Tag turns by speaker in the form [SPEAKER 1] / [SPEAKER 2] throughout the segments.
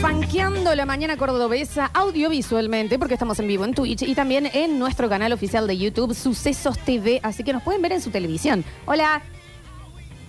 [SPEAKER 1] panqueando la mañana cordobesa audiovisualmente, porque estamos en vivo en Twitch y también en nuestro canal oficial de YouTube, Sucesos TV, así que nos pueden ver en su televisión. Hola.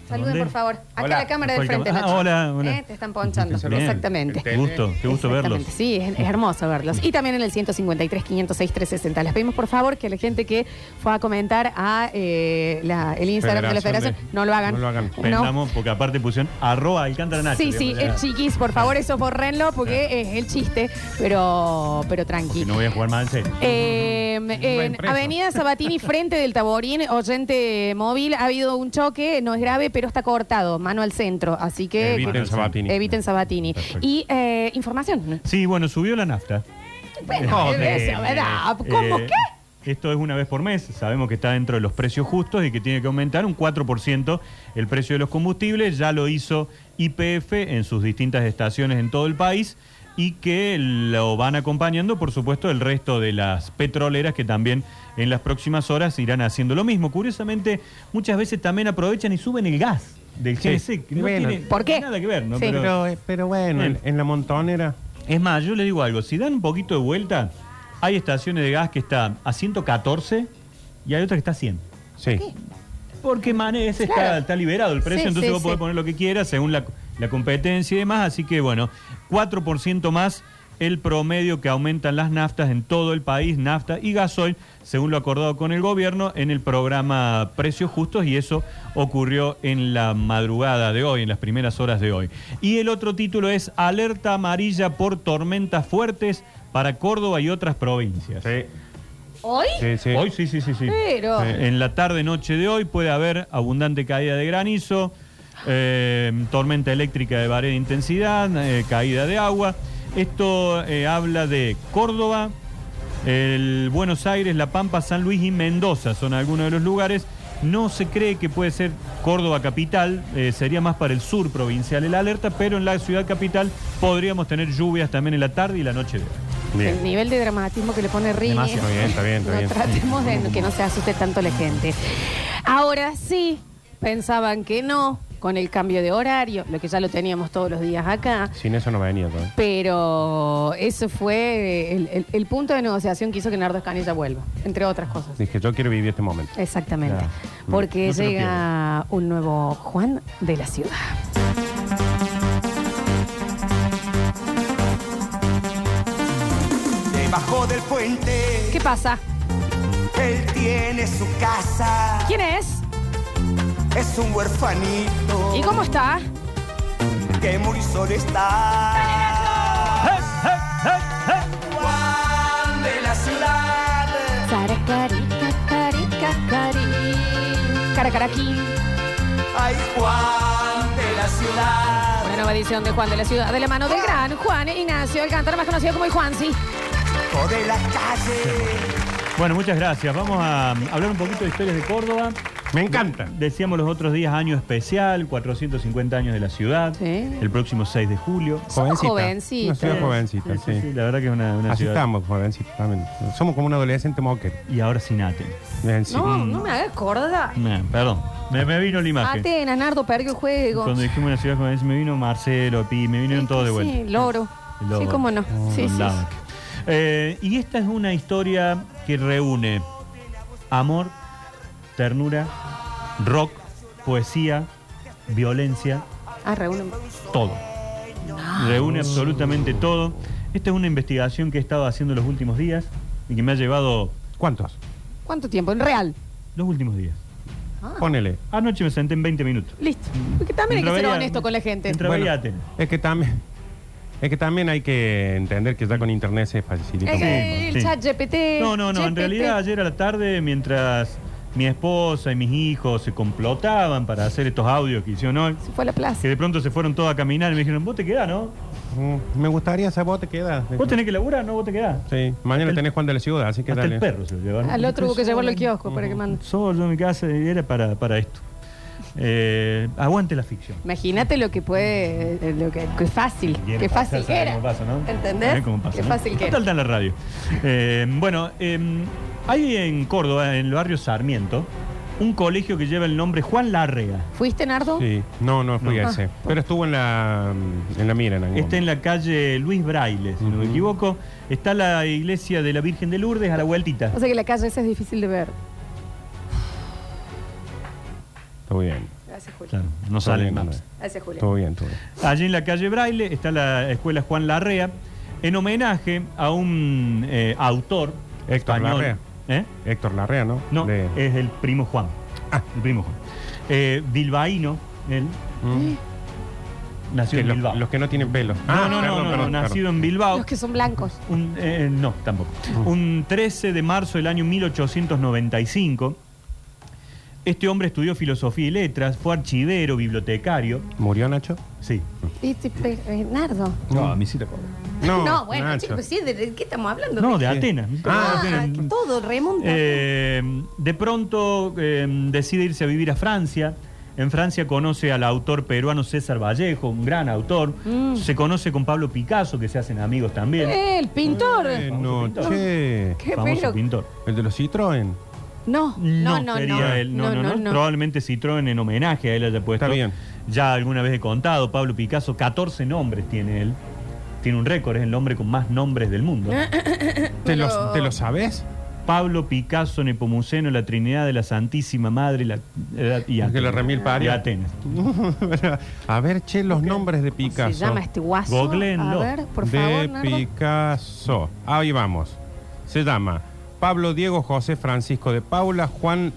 [SPEAKER 1] Saluden,
[SPEAKER 2] ¿Dónde?
[SPEAKER 1] por favor. Acá
[SPEAKER 3] Hola.
[SPEAKER 1] la cámara del
[SPEAKER 2] Acá hay
[SPEAKER 1] frente,
[SPEAKER 2] cámara.
[SPEAKER 1] Nacho.
[SPEAKER 2] Ah, hola, hola.
[SPEAKER 1] Eh, Te están ponchando.
[SPEAKER 2] Bien.
[SPEAKER 1] Exactamente.
[SPEAKER 2] Qué gusto, qué gusto verlos.
[SPEAKER 1] Exactamente, Sí, es, es hermoso verlos. Y también en el 153, 506, 360. Les pedimos, por favor, que la gente que fue a comentar a eh, la- el Instagram de la
[SPEAKER 3] Federación
[SPEAKER 1] Federación
[SPEAKER 3] de-
[SPEAKER 1] no lo hagan.
[SPEAKER 3] no lo hagan.
[SPEAKER 1] No.
[SPEAKER 2] Pensamos, porque aparte pusieron arroba Alcántara Nacho.
[SPEAKER 1] Sí, sí, el
[SPEAKER 2] digamos, ya.
[SPEAKER 1] chiquis, por favor, eso borrenlo porque es el chiste, pero, pero tranqui.
[SPEAKER 2] Que no voy a jugar más en serio.
[SPEAKER 1] Eh, en
[SPEAKER 3] impreso.
[SPEAKER 1] Avenida Sabatini, frente del Taborín, oyente móvil, ha habido un choque, no es grave, pero está cortado, mano al centro, así que
[SPEAKER 3] Eviten
[SPEAKER 1] que-
[SPEAKER 3] Sabatini.
[SPEAKER 1] Eviten Sabatini.
[SPEAKER 3] Perfecto.
[SPEAKER 1] Y eh, información.
[SPEAKER 2] Sí, bueno, subió la nafta.
[SPEAKER 1] Bueno,
[SPEAKER 2] Eh,
[SPEAKER 1] debe ser, ¿verdad? Ah, ¿Cómo
[SPEAKER 2] eh,
[SPEAKER 1] qué?
[SPEAKER 2] Esto es una vez por mes, sabemos que está dentro de los precios justos y que tiene que aumentar un 4% el precio de los combustibles, ya lo hizo IPF en sus distintas estaciones en todo el país y que lo van acompañando, por supuesto, el resto de las petroleras que también en las próximas horas irán haciendo lo mismo. Curiosamente, muchas veces también aprovechan y suben el gas del
[SPEAKER 3] Sí.
[SPEAKER 2] GNC, que no
[SPEAKER 3] Bueno.
[SPEAKER 2] tiene
[SPEAKER 1] ¿Por qué?
[SPEAKER 2] nada que ver, ¿no?
[SPEAKER 1] Sí.
[SPEAKER 2] Pero-
[SPEAKER 3] Pero, eh, pero bueno, en, en la montonera.
[SPEAKER 2] es más, yo le digo algo, si dan un poquito de vuelta, hay estaciones de gas que están a 114 y hay otras que está a 100.
[SPEAKER 3] Sí.
[SPEAKER 2] Porque mané, ese está,
[SPEAKER 1] Claro.
[SPEAKER 2] está liberado el precio,
[SPEAKER 1] Sí,
[SPEAKER 2] entonces
[SPEAKER 1] sí,
[SPEAKER 2] vos podés
[SPEAKER 1] sí.
[SPEAKER 2] poner lo que quieras según la, la competencia y demás. Así que bueno, 4% más el promedio que aumentan las naftas en todo el país, nafta y gasoil, según lo acordado con el gobierno en el programa Precios Justos y eso ocurrió en la madrugada de hoy, en las primeras horas de hoy. Y el otro título es Alerta amarilla por tormentas fuertes para Córdoba y otras provincias.
[SPEAKER 3] Sí.
[SPEAKER 1] ¿Hoy?
[SPEAKER 3] Sí, sí.
[SPEAKER 2] Hoy sí, sí, sí, sí.
[SPEAKER 1] Pero.
[SPEAKER 2] Eh, En la tarde, noche de hoy puede haber abundante caída de granizo, eh, tormenta eléctrica de variada intensidad, eh, caída de agua. Esto eh, habla de Córdoba, el Buenos Aires, La Pampa, San Luis y Mendoza son algunos de los lugares. No se cree que puede ser Córdoba capital, eh, sería más para el sur provincial el alerta, pero en la ciudad capital podríamos tener lluvias también en la tarde y la noche de hoy.
[SPEAKER 1] El
[SPEAKER 3] Bien.
[SPEAKER 1] nivel de dramatismo que le pone Rini.
[SPEAKER 2] Demasiado.
[SPEAKER 3] Está bien, está bien, está
[SPEAKER 1] No
[SPEAKER 3] bien.
[SPEAKER 1] tratemos de que no se asuste tanto la gente. Ahora sí, pensaban que no, con el cambio de horario, lo que ya lo teníamos todos los días acá.
[SPEAKER 3] Sin eso no venía todo.
[SPEAKER 1] Pero eso fue eh, el, el- el punto de negociación que hizo que Nardo Escanilla vuelva, entre otras cosas.
[SPEAKER 3] Dije, yo quiero vivir este momento.
[SPEAKER 1] Exactamente.
[SPEAKER 3] Claro.
[SPEAKER 1] Porque
[SPEAKER 3] Mm. No se lo
[SPEAKER 1] llega un nuevo Juan de la ciudad.
[SPEAKER 4] Debajo del puente,
[SPEAKER 1] ¿Qué pasa?
[SPEAKER 4] él tiene su casa.
[SPEAKER 1] ¿Quién es?
[SPEAKER 4] Es un huerfanito
[SPEAKER 1] ¿Y cómo está?
[SPEAKER 4] que muy solo está. Juan de la ciudad,
[SPEAKER 1] Cara, carica, carica, cari. Cara, caraquín.
[SPEAKER 4] ay Juan de la ciudad.
[SPEAKER 1] Una nueva edición de Juan de la Ciudad, de la mano del gran Juan Ignacio Alcántara, más conocido como el Juansi.
[SPEAKER 4] hijo de la calle,
[SPEAKER 2] Bueno, muchas gracias. Vamos a mm, hablar un poquito de historias de Córdoba.
[SPEAKER 3] Me encanta.
[SPEAKER 2] Decíamos los otros días año especial, 450 años de la ciudad,
[SPEAKER 1] Sí.
[SPEAKER 2] el próximo 6 de julio.
[SPEAKER 1] Somos
[SPEAKER 3] Jovencita.
[SPEAKER 1] jovencitos.
[SPEAKER 3] Una ciudad jovencita,
[SPEAKER 2] Sí,
[SPEAKER 3] sí.
[SPEAKER 2] sí, sí, la verdad que es una, una
[SPEAKER 3] Así
[SPEAKER 2] ciudad.
[SPEAKER 3] estamos, jovencita. también. Somos como un adolescente moquete.
[SPEAKER 2] Y ahora sin Atenas.
[SPEAKER 3] Bien, sí.
[SPEAKER 1] No, no me hagas corda.
[SPEAKER 2] Nah, perdón, me, me vino la imagen.
[SPEAKER 1] Atenas, Nardo, perdió el juego.
[SPEAKER 2] Cuando dijimos una ciudad joven, me vino Marcelo, Pi, me vinieron todos de vuelta.
[SPEAKER 1] Sí, loro.
[SPEAKER 2] El lobo.
[SPEAKER 1] Sí, cómo no. Sí, sí.
[SPEAKER 2] Lank. Eh, y esta es una historia que reúne amor, ternura, rock, poesía, violencia,
[SPEAKER 1] Ah, reúnen.
[SPEAKER 2] todo.
[SPEAKER 1] Ah.
[SPEAKER 2] Reúne absolutamente todo. Esta es una investigación que he estado haciendo los últimos días y que me ha llevado
[SPEAKER 3] ¿Cuántos?
[SPEAKER 1] ¿Cuánto tiempo? En real. Ah,
[SPEAKER 2] los últimos días.
[SPEAKER 3] Ponele.
[SPEAKER 2] Anoche me senté en 20 minutos.
[SPEAKER 1] Listo. Porque también hay que ser honesto con la gente.
[SPEAKER 2] Entra
[SPEAKER 3] Bueno.
[SPEAKER 2] Atenas.
[SPEAKER 3] Es que también. Es que también hay que entender que ya con internet se facilita.
[SPEAKER 1] Eh,
[SPEAKER 3] un poco.
[SPEAKER 1] eh, el
[SPEAKER 2] sí.
[SPEAKER 1] chat GPT.
[SPEAKER 2] No, no, no. En
[SPEAKER 1] GPT.
[SPEAKER 2] realidad ayer a la tarde, mientras mi esposa y mis hijos se complotaban para hacer estos audios que hicieron hoy,
[SPEAKER 1] Se fue a la plaza.
[SPEAKER 2] que de pronto se fueron todos a caminar y me dijeron, vos te quedás, ¿no?
[SPEAKER 3] Mm, Me gustaría saber, vos te quedas.
[SPEAKER 2] Vos tenés que laburar, ¿no? Vos te quedás.
[SPEAKER 3] Sí, mañana tenés Juan de la Ciudad, así que
[SPEAKER 2] Hasta
[SPEAKER 3] dale.
[SPEAKER 2] el perro se lo llevaron.
[SPEAKER 1] Al otro hubo que llevarlo al kiosco para que mande.
[SPEAKER 2] Solo en mi casa y era para, para esto. Eh, aguante la ficción.
[SPEAKER 1] Imagínate lo que puede, eh, lo que, qué fácil,
[SPEAKER 2] Bien,
[SPEAKER 1] qué
[SPEAKER 2] pasa,
[SPEAKER 1] fácil que
[SPEAKER 2] sabe
[SPEAKER 1] era.
[SPEAKER 2] cómo pasa, ¿no? Sabe
[SPEAKER 1] ¿Entendés?
[SPEAKER 2] cómo pasa,
[SPEAKER 1] qué
[SPEAKER 2] ¿no?
[SPEAKER 1] fácil que
[SPEAKER 2] Total,
[SPEAKER 1] era.
[SPEAKER 2] está en la em, radio. Eh, bueno, eh, hay en Córdoba, en el barrio Sarmiento, un colegio que lleva el nombre Juan Larrea.
[SPEAKER 1] ¿Fuiste, Nardo?
[SPEAKER 3] Sí, no, no fui
[SPEAKER 1] No.
[SPEAKER 3] a ese.
[SPEAKER 1] Ah.
[SPEAKER 3] Pero estuvo en la, en la mira en algún
[SPEAKER 2] Está en
[SPEAKER 3] momento.
[SPEAKER 2] la calle Luis Braille, si no me
[SPEAKER 3] Ujú.
[SPEAKER 2] equivoco. Está la iglesia de la Virgen de Lourdes a la vueltita.
[SPEAKER 1] O sea que la calle esa es difícil de ver.
[SPEAKER 3] Estuvo bien.
[SPEAKER 1] Gracias, Julio.
[SPEAKER 2] Claro, no
[SPEAKER 3] Estuvo
[SPEAKER 2] sale
[SPEAKER 3] bien,
[SPEAKER 2] más.
[SPEAKER 1] Gracias, Julio.
[SPEAKER 3] Estuvo bien, estuvo bien.
[SPEAKER 2] Allí en la calle Braille está la escuela Juan Larrea, en homenaje a un eh, autor
[SPEAKER 3] Héctor
[SPEAKER 2] español.
[SPEAKER 3] Larrea.
[SPEAKER 2] ¿Eh?
[SPEAKER 3] Héctor Larrea, ¿no?
[SPEAKER 2] No, eh,
[SPEAKER 3] De-
[SPEAKER 2] es el primo Juan.
[SPEAKER 3] Ah.
[SPEAKER 2] El primo Juan. Eh, bilbaíno, él
[SPEAKER 3] Mm.
[SPEAKER 2] nació
[SPEAKER 3] Que Ah,
[SPEAKER 2] en
[SPEAKER 3] los,
[SPEAKER 2] Bilbao.
[SPEAKER 3] los que no tienen pelo.
[SPEAKER 2] no, no, no, no, no, nacido en Bilbao.
[SPEAKER 1] Los que son blancos.
[SPEAKER 2] Un, eh, no, tampoco. Un 13 de marzo del año 1895, este hombre estudió filosofía y letras, fue archivero, bibliotecario.
[SPEAKER 3] ¿Murió Nacho?
[SPEAKER 2] Sí.
[SPEAKER 1] Este, pe- eh, Nardo.
[SPEAKER 2] No, a mí sí te
[SPEAKER 1] No, bueno, chicos, sí, ¿de, de qué estamos hablando?
[SPEAKER 2] No, de
[SPEAKER 3] Sí.
[SPEAKER 2] Atenas.
[SPEAKER 1] Ah,
[SPEAKER 2] De Atenas.
[SPEAKER 1] todo remonta.
[SPEAKER 2] Eh, de pronto eh, decide irse a vivir a Francia. En Francia conoce al autor peruano César Vallejo, un gran autor. Se conoce con Pablo Picasso, que se hacen amigos también.
[SPEAKER 1] El pintor.
[SPEAKER 3] Eh, no,
[SPEAKER 2] pintor.
[SPEAKER 3] che.
[SPEAKER 1] qué
[SPEAKER 2] famoso
[SPEAKER 1] bello.
[SPEAKER 2] pintor.
[SPEAKER 3] ¿El de los Citroën?
[SPEAKER 1] No, no,
[SPEAKER 2] No,
[SPEAKER 1] no,
[SPEAKER 2] sería
[SPEAKER 1] no.
[SPEAKER 2] él. No, no, no. Probablemente Citroën en homenaje a él haya puesto.
[SPEAKER 3] Está bien.
[SPEAKER 2] Ya alguna vez he contado, Pablo Picasso, 14 nombres tiene él. Tiene un récord, es el hombre con más nombres del mundo.
[SPEAKER 3] ¿Te,
[SPEAKER 1] Pero-
[SPEAKER 3] los, ¿Te lo sabes?
[SPEAKER 2] Pablo Picasso, Nepomuceno, la Trinidad de la Santísima Madre la, eh, y,
[SPEAKER 3] Porque
[SPEAKER 2] Atenas.
[SPEAKER 3] la remil parió.
[SPEAKER 2] Y Atenas.
[SPEAKER 3] a ver, che, los nombres de
[SPEAKER 1] Se
[SPEAKER 3] Picasso.
[SPEAKER 1] llama este guaso.
[SPEAKER 2] Googleenlo.
[SPEAKER 1] A ver, por
[SPEAKER 3] de
[SPEAKER 1] favor, Nardo.
[SPEAKER 3] Picasso. Ahí vamos. Se llama Pablo Diego José Francisco de Paula Juan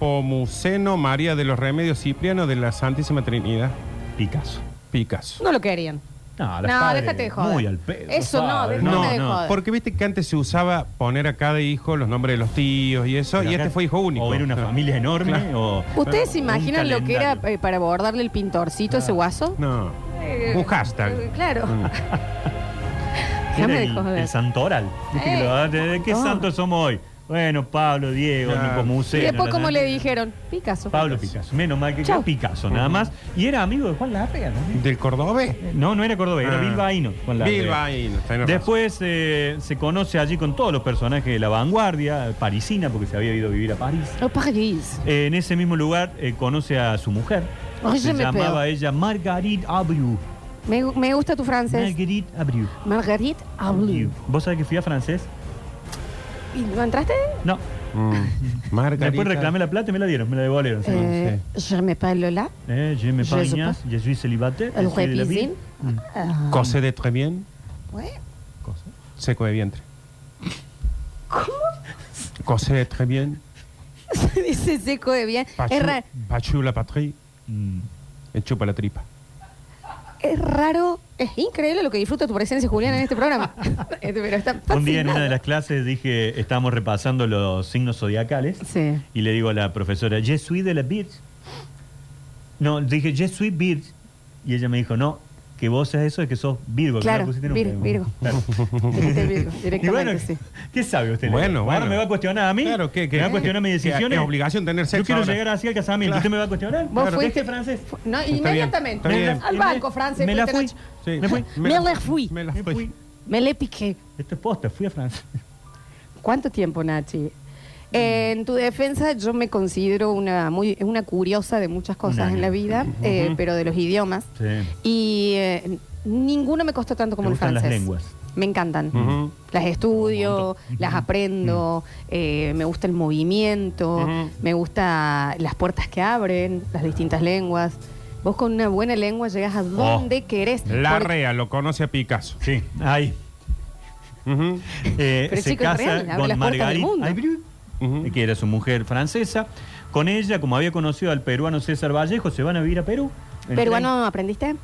[SPEAKER 3] Nepomuceno María de los Remedios Cipriano de la Santísima Trinidad.
[SPEAKER 2] Picasso.
[SPEAKER 3] Picasso.
[SPEAKER 1] No lo querían.
[SPEAKER 2] No,
[SPEAKER 1] No, déjate de joder.
[SPEAKER 2] Muy al pedo.
[SPEAKER 1] Eso no,
[SPEAKER 2] padre.
[SPEAKER 1] déjame
[SPEAKER 3] de
[SPEAKER 1] joder.
[SPEAKER 3] Porque viste que antes se usaba poner a cada hijo los nombres de los tíos y eso,
[SPEAKER 2] Pero
[SPEAKER 3] y
[SPEAKER 2] acá-
[SPEAKER 3] este fue hijo único.
[SPEAKER 2] O era una familia enorme o.
[SPEAKER 1] ¿Ustedes se
[SPEAKER 2] un
[SPEAKER 1] imaginan lo que era
[SPEAKER 2] calendario.
[SPEAKER 1] eh, para abordarle el pintorcito a ese guaso?
[SPEAKER 3] No.
[SPEAKER 1] Eh,
[SPEAKER 3] Un hashtag.
[SPEAKER 1] eh, claro.
[SPEAKER 3] Mm.
[SPEAKER 1] Ya me
[SPEAKER 2] Era
[SPEAKER 1] dejó
[SPEAKER 2] el,
[SPEAKER 1] ver.
[SPEAKER 2] el santoral. Viste que
[SPEAKER 1] Eh,
[SPEAKER 2] lo- ah, ¿De de qué
[SPEAKER 1] montón.
[SPEAKER 2] santos somos hoy? Bueno, Pablo, Diego,
[SPEAKER 3] Claro.
[SPEAKER 1] y
[SPEAKER 2] Nepomuceno.
[SPEAKER 1] después,
[SPEAKER 2] la-
[SPEAKER 1] ¿cómo le dijeron? Picasso.
[SPEAKER 2] Pablo Picasso. Menos mal que
[SPEAKER 1] Chau.
[SPEAKER 2] era Picasso, nada más. Y era amigo de Juan Larrea también.
[SPEAKER 3] ¿Del Cordobés?
[SPEAKER 2] No, no era Cordobés, era
[SPEAKER 3] Ah.
[SPEAKER 2] bilbaíno. Juan Larrea.
[SPEAKER 3] Bilbaíno. tenés razón.
[SPEAKER 2] Después eh, se conoce allí con todos los personajes de la vanguardia, eh, parisina, porque se había ido a vivir a París.
[SPEAKER 1] Oh, París.
[SPEAKER 2] Eh, en ese mismo lugar eh, conoce a su mujer.
[SPEAKER 1] Oye,
[SPEAKER 2] se
[SPEAKER 1] me
[SPEAKER 2] llamaba
[SPEAKER 1] pego.
[SPEAKER 2] ella Marguerite Abriu.
[SPEAKER 1] Me, gu- me gusta tu francés.
[SPEAKER 2] Marguerite Abriu.
[SPEAKER 1] Marguerite Ablou.
[SPEAKER 2] ¿Vos sabés que fui a francés?
[SPEAKER 1] ¿Y no entraste?
[SPEAKER 2] No.
[SPEAKER 3] Mm. Margarita.
[SPEAKER 2] Después reclamé la plata y me la dieron, me la devolvieron. sí.
[SPEAKER 1] Eh, Je m'appelle Lola.
[SPEAKER 2] Eh, je me
[SPEAKER 1] Je
[SPEAKER 2] pas
[SPEAKER 1] sais
[SPEAKER 2] ignace, je suis célibataire,
[SPEAKER 1] El
[SPEAKER 2] je suis de la Mm.
[SPEAKER 1] repisín.
[SPEAKER 2] ville.
[SPEAKER 1] Ah,
[SPEAKER 3] Cosé de Trevien,
[SPEAKER 1] bueno.
[SPEAKER 2] Cosa.
[SPEAKER 3] seco de vientre. ¿Cómo? Cosé de Trevien,
[SPEAKER 1] Se dice seco de bien. Es, ra-
[SPEAKER 3] Pachu, Pachu la patrie,
[SPEAKER 2] Mm.
[SPEAKER 3] el chupa la tripa.
[SPEAKER 1] es raro, es increíble lo que disfruta tu presencia, Julián, en este programa. Este, Pero está
[SPEAKER 2] Un día en
[SPEAKER 1] fascinado.
[SPEAKER 2] una de las clases dije, estábamos repasando los signos zodiacales.
[SPEAKER 1] Sí.
[SPEAKER 2] Y le digo a la profesora, je suis de la Bird. No, dije, je suis Bird. Y ella me dijo, no, que vos seas eso es que sos Virgo. que
[SPEAKER 1] Claro,
[SPEAKER 2] no pusiste nunca".
[SPEAKER 1] Virgo, Virgo.
[SPEAKER 2] Claro.
[SPEAKER 1] Este Virgo,
[SPEAKER 2] Y bueno,
[SPEAKER 1] directamente, sí.
[SPEAKER 2] ¿qué sabe usted?
[SPEAKER 3] Bueno,
[SPEAKER 2] Ahora
[SPEAKER 3] bueno.
[SPEAKER 2] me va a cuestionar a mí.
[SPEAKER 3] Claro, ¿qué- qué-
[SPEAKER 2] me va a cuestionar mis
[SPEAKER 3] qué-
[SPEAKER 2] decisiones.
[SPEAKER 3] qué obligación tener sexo
[SPEAKER 2] Yo quiero
[SPEAKER 3] ahora?
[SPEAKER 2] llegar así al casamiento.
[SPEAKER 3] Claro.
[SPEAKER 2] ¿Usted me va a cuestionar?
[SPEAKER 1] Vos
[SPEAKER 2] Claro.
[SPEAKER 1] fuiste-
[SPEAKER 2] ¿Es que francés?
[SPEAKER 1] Fu- No,
[SPEAKER 3] bien,
[SPEAKER 1] inmediatamente.
[SPEAKER 3] está bien.
[SPEAKER 1] Al
[SPEAKER 2] Y me-
[SPEAKER 1] banco francés.
[SPEAKER 2] Me la
[SPEAKER 1] fuiste, Nacho.
[SPEAKER 2] fui.
[SPEAKER 3] Sí.
[SPEAKER 2] Me fui.
[SPEAKER 1] Me la fui.
[SPEAKER 3] Me la
[SPEAKER 2] Me
[SPEAKER 3] fui.
[SPEAKER 2] fui.
[SPEAKER 1] Me le piqué.
[SPEAKER 2] Esto es posta, fui a Francia.
[SPEAKER 1] ¿Cuánto tiempo, Nachi? Eh, en tu defensa, yo me considero una muy una curiosa de muchas cosas
[SPEAKER 2] año.
[SPEAKER 1] en la vida, eh,
[SPEAKER 3] Ujú.
[SPEAKER 1] pero de los idiomas.
[SPEAKER 2] Sí.
[SPEAKER 1] Y eh, ninguno me costó tanto como
[SPEAKER 2] ¿Te
[SPEAKER 1] el
[SPEAKER 2] gustan las
[SPEAKER 1] francés.
[SPEAKER 2] lenguas?
[SPEAKER 1] Me encantan.
[SPEAKER 3] Ujú.
[SPEAKER 1] Las estudio,
[SPEAKER 2] Un montón.
[SPEAKER 1] las aprendo, eh, me gusta el movimiento,
[SPEAKER 3] Ujú.
[SPEAKER 1] me gusta las puertas que abren, las distintas lenguas. Vos con una buena lengua llegas
[SPEAKER 2] Oh,
[SPEAKER 1] a donde querés.
[SPEAKER 3] La
[SPEAKER 1] porque-
[SPEAKER 3] rea lo conoce a Picasso.
[SPEAKER 2] Sí, ahí.
[SPEAKER 3] Ujú,
[SPEAKER 2] Eh,
[SPEAKER 1] Pero
[SPEAKER 2] se
[SPEAKER 1] chicos, es real,
[SPEAKER 2] casa
[SPEAKER 1] abre
[SPEAKER 2] con
[SPEAKER 1] las puertas del
[SPEAKER 2] Margarita
[SPEAKER 1] mundo.
[SPEAKER 2] Abreu,
[SPEAKER 3] ujú.
[SPEAKER 2] que era su mujer francesa. Con ella, como había conocido al peruano César Vallejo, se van a vivir a Perú. En
[SPEAKER 1] ¿Peruano aprendiste?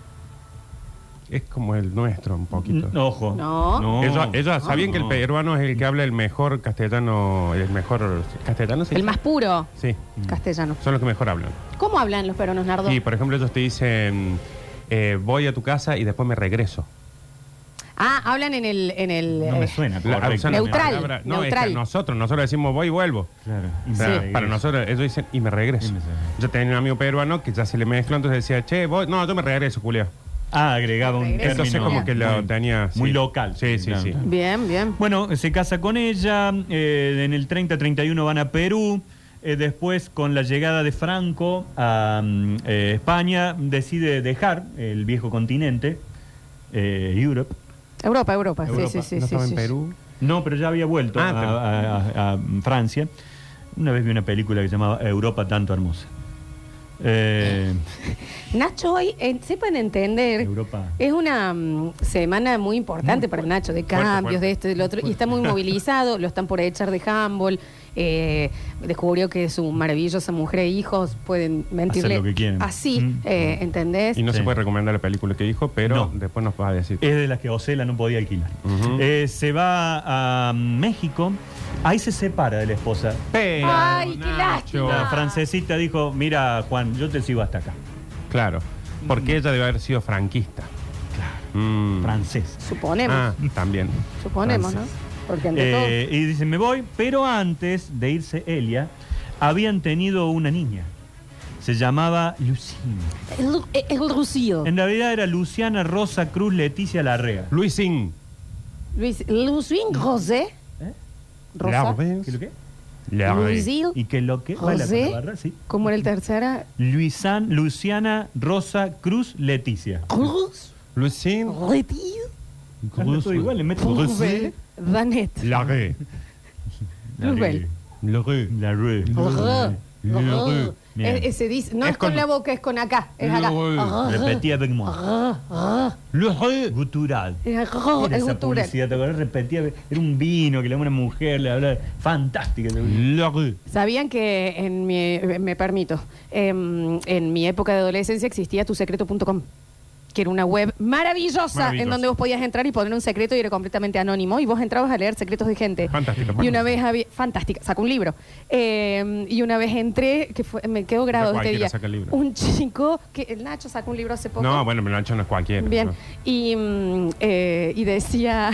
[SPEAKER 3] Es como el nuestro un
[SPEAKER 2] tren.
[SPEAKER 3] poquito.
[SPEAKER 2] N- Ojo.
[SPEAKER 1] No.
[SPEAKER 3] Ellos, ellos sabían
[SPEAKER 2] No.
[SPEAKER 3] que el peruano es el que habla el mejor castellano, el mejor castellano, sí.
[SPEAKER 1] El más puro
[SPEAKER 3] Sí,
[SPEAKER 2] Mm.
[SPEAKER 1] castellano.
[SPEAKER 3] son los que mejor hablan.
[SPEAKER 1] ¿Cómo hablan los peruanos, Nardo?
[SPEAKER 3] Y por ejemplo ellos te dicen, eh, voy a tu casa y después me regreso.
[SPEAKER 1] Ah, hablan en el... En el
[SPEAKER 2] No me
[SPEAKER 1] eh,
[SPEAKER 2] suena.
[SPEAKER 3] La-
[SPEAKER 2] correcto.
[SPEAKER 3] o sea, la
[SPEAKER 1] Neutral,
[SPEAKER 3] palabra- no, es que
[SPEAKER 1] neutral.
[SPEAKER 3] nosotros, nosotros decimos voy y vuelvo.
[SPEAKER 2] Claro.
[SPEAKER 3] O sea,
[SPEAKER 2] Sí.
[SPEAKER 3] Para nosotros, ellos dicen y me regreso.
[SPEAKER 2] Y me regreso.
[SPEAKER 3] Yo tenía un amigo peruano que ya se le mezcló, entonces decía, che, voy, no, yo me regreso, Julio.
[SPEAKER 2] Ah, agregaba un
[SPEAKER 1] Regreso.
[SPEAKER 2] término.
[SPEAKER 3] Entonces, como que lo
[SPEAKER 2] muy,
[SPEAKER 3] tenía. sí.
[SPEAKER 2] muy local.
[SPEAKER 3] Sí, sí, sí.
[SPEAKER 2] Claro.
[SPEAKER 1] Bien, bien.
[SPEAKER 2] Bueno, se casa con ella. eh, en el 30-31 van a Perú. Eh, después, con la llegada de Franco a mm, eh, España, decide dejar el viejo continente, eh, Europe.
[SPEAKER 1] Europa, Europa,
[SPEAKER 3] Europa.
[SPEAKER 1] sí, sí, sí.
[SPEAKER 3] ¿No
[SPEAKER 1] sí,
[SPEAKER 3] estaba
[SPEAKER 1] sí,
[SPEAKER 3] en Perú?
[SPEAKER 2] No, pero ya había vuelto
[SPEAKER 3] Ah,
[SPEAKER 2] a-
[SPEAKER 3] pero-
[SPEAKER 2] a, a- a Francia. Una vez vi una película que se llamaba Europa tanto hermosa. Eh,
[SPEAKER 1] sí. Nacho, hoy eh, sepan entender.
[SPEAKER 2] Europa.
[SPEAKER 1] Es una mm, semana muy importante para Nacho, de
[SPEAKER 3] fuerte,
[SPEAKER 1] cambios,
[SPEAKER 3] fuerte.
[SPEAKER 1] de esto, del otro, y está muy movilizado, lo están por echar de handball, eh, descubrió que su maravillosa mujer e hijos pueden mentirle
[SPEAKER 2] lo que quieren.
[SPEAKER 1] así,
[SPEAKER 2] Mm.
[SPEAKER 1] eh, ¿entendés?
[SPEAKER 3] Y no
[SPEAKER 2] Sí.
[SPEAKER 3] se puede recomendar la película que dijo, pero
[SPEAKER 2] No. Eh,
[SPEAKER 3] después nos va a decir.
[SPEAKER 2] Es de las que Ocela no podía alquilar.
[SPEAKER 3] Ujú.
[SPEAKER 2] Eh, se va a México. Ahí se separa de la esposa.
[SPEAKER 3] Pero,
[SPEAKER 1] Ay, qué
[SPEAKER 3] Nacho.
[SPEAKER 1] lástima.
[SPEAKER 2] La
[SPEAKER 1] Ah.
[SPEAKER 2] francesita dijo, mira Juan, yo te sigo hasta acá.
[SPEAKER 3] Claro, porque ella debe haber sido franquista. Mm.
[SPEAKER 2] Francés.
[SPEAKER 1] Suponemos,
[SPEAKER 3] Ah, también.
[SPEAKER 1] suponemos,
[SPEAKER 3] Francés.
[SPEAKER 1] ¿no? Porque ante
[SPEAKER 2] Eh, y dice, me voy, pero antes de irse Elia, habían tenido una niña. Se llamaba Lucina.
[SPEAKER 1] todo, el, el Lucio.
[SPEAKER 2] En realidad era Luciana Rosa Cruz Leticia Larrea.
[SPEAKER 3] Luisín.
[SPEAKER 1] Luis, Lucín José.
[SPEAKER 2] ¿Eh?
[SPEAKER 1] Rosa.
[SPEAKER 2] ¿Qué lo que?
[SPEAKER 1] Luisil
[SPEAKER 2] ¿Y qué lo que? Baila con la
[SPEAKER 1] José.
[SPEAKER 2] barra, sí.
[SPEAKER 1] ¿Cómo era el tercera?
[SPEAKER 2] Luisán, Luciana Rosa Cruz Leticia.
[SPEAKER 1] Cruz.
[SPEAKER 3] Luisín.
[SPEAKER 1] Retil.
[SPEAKER 2] Anda todo igual, le meto-
[SPEAKER 1] Rubel. Danet.
[SPEAKER 3] Larré.
[SPEAKER 1] Rubel.
[SPEAKER 3] Larré.
[SPEAKER 2] Larrea.
[SPEAKER 1] Rrr,
[SPEAKER 3] Rrr.
[SPEAKER 1] rrr.
[SPEAKER 2] Bien.
[SPEAKER 1] Es- E-, ese dice- no
[SPEAKER 3] Es
[SPEAKER 1] es con
[SPEAKER 3] con-
[SPEAKER 1] la boca, es con acá. Es acá.
[SPEAKER 3] Rrr.
[SPEAKER 2] Repetí avec moi.
[SPEAKER 1] Rrr, rrr.
[SPEAKER 3] Larré.
[SPEAKER 2] Gutural.
[SPEAKER 1] Es
[SPEAKER 2] Era
[SPEAKER 1] rrr, es
[SPEAKER 2] esa
[SPEAKER 1] gutural.
[SPEAKER 2] publicidad, ¿te acordás? Repetía, era un vino que le daba una mujer, le hablaba, fantástica.
[SPEAKER 3] Larré.
[SPEAKER 1] Sabían que en mi, me permito, em, en mi época de adolescencia existía tusecreto.com, que era una web maravillosa, en
[SPEAKER 3] Maravillosa.
[SPEAKER 1] donde vos podías entrar y poner un secreto y era completamente anónimo y vos entrabas a leer secretos de gente.
[SPEAKER 3] Fantástico,
[SPEAKER 1] Y una
[SPEAKER 3] fantástico.
[SPEAKER 1] vez había, fantástica, sacó un libro. Em, y una vez entré, que fue- me quedó grabado este
[SPEAKER 3] cualquiera
[SPEAKER 1] día.
[SPEAKER 3] saca el libro.
[SPEAKER 1] Un chico que el Nacho sacó un libro hace poco.
[SPEAKER 3] No, bueno, pero Nacho no es cualquiera.
[SPEAKER 1] Bien,
[SPEAKER 3] ¿no?
[SPEAKER 1] y, mm, eh, y decía,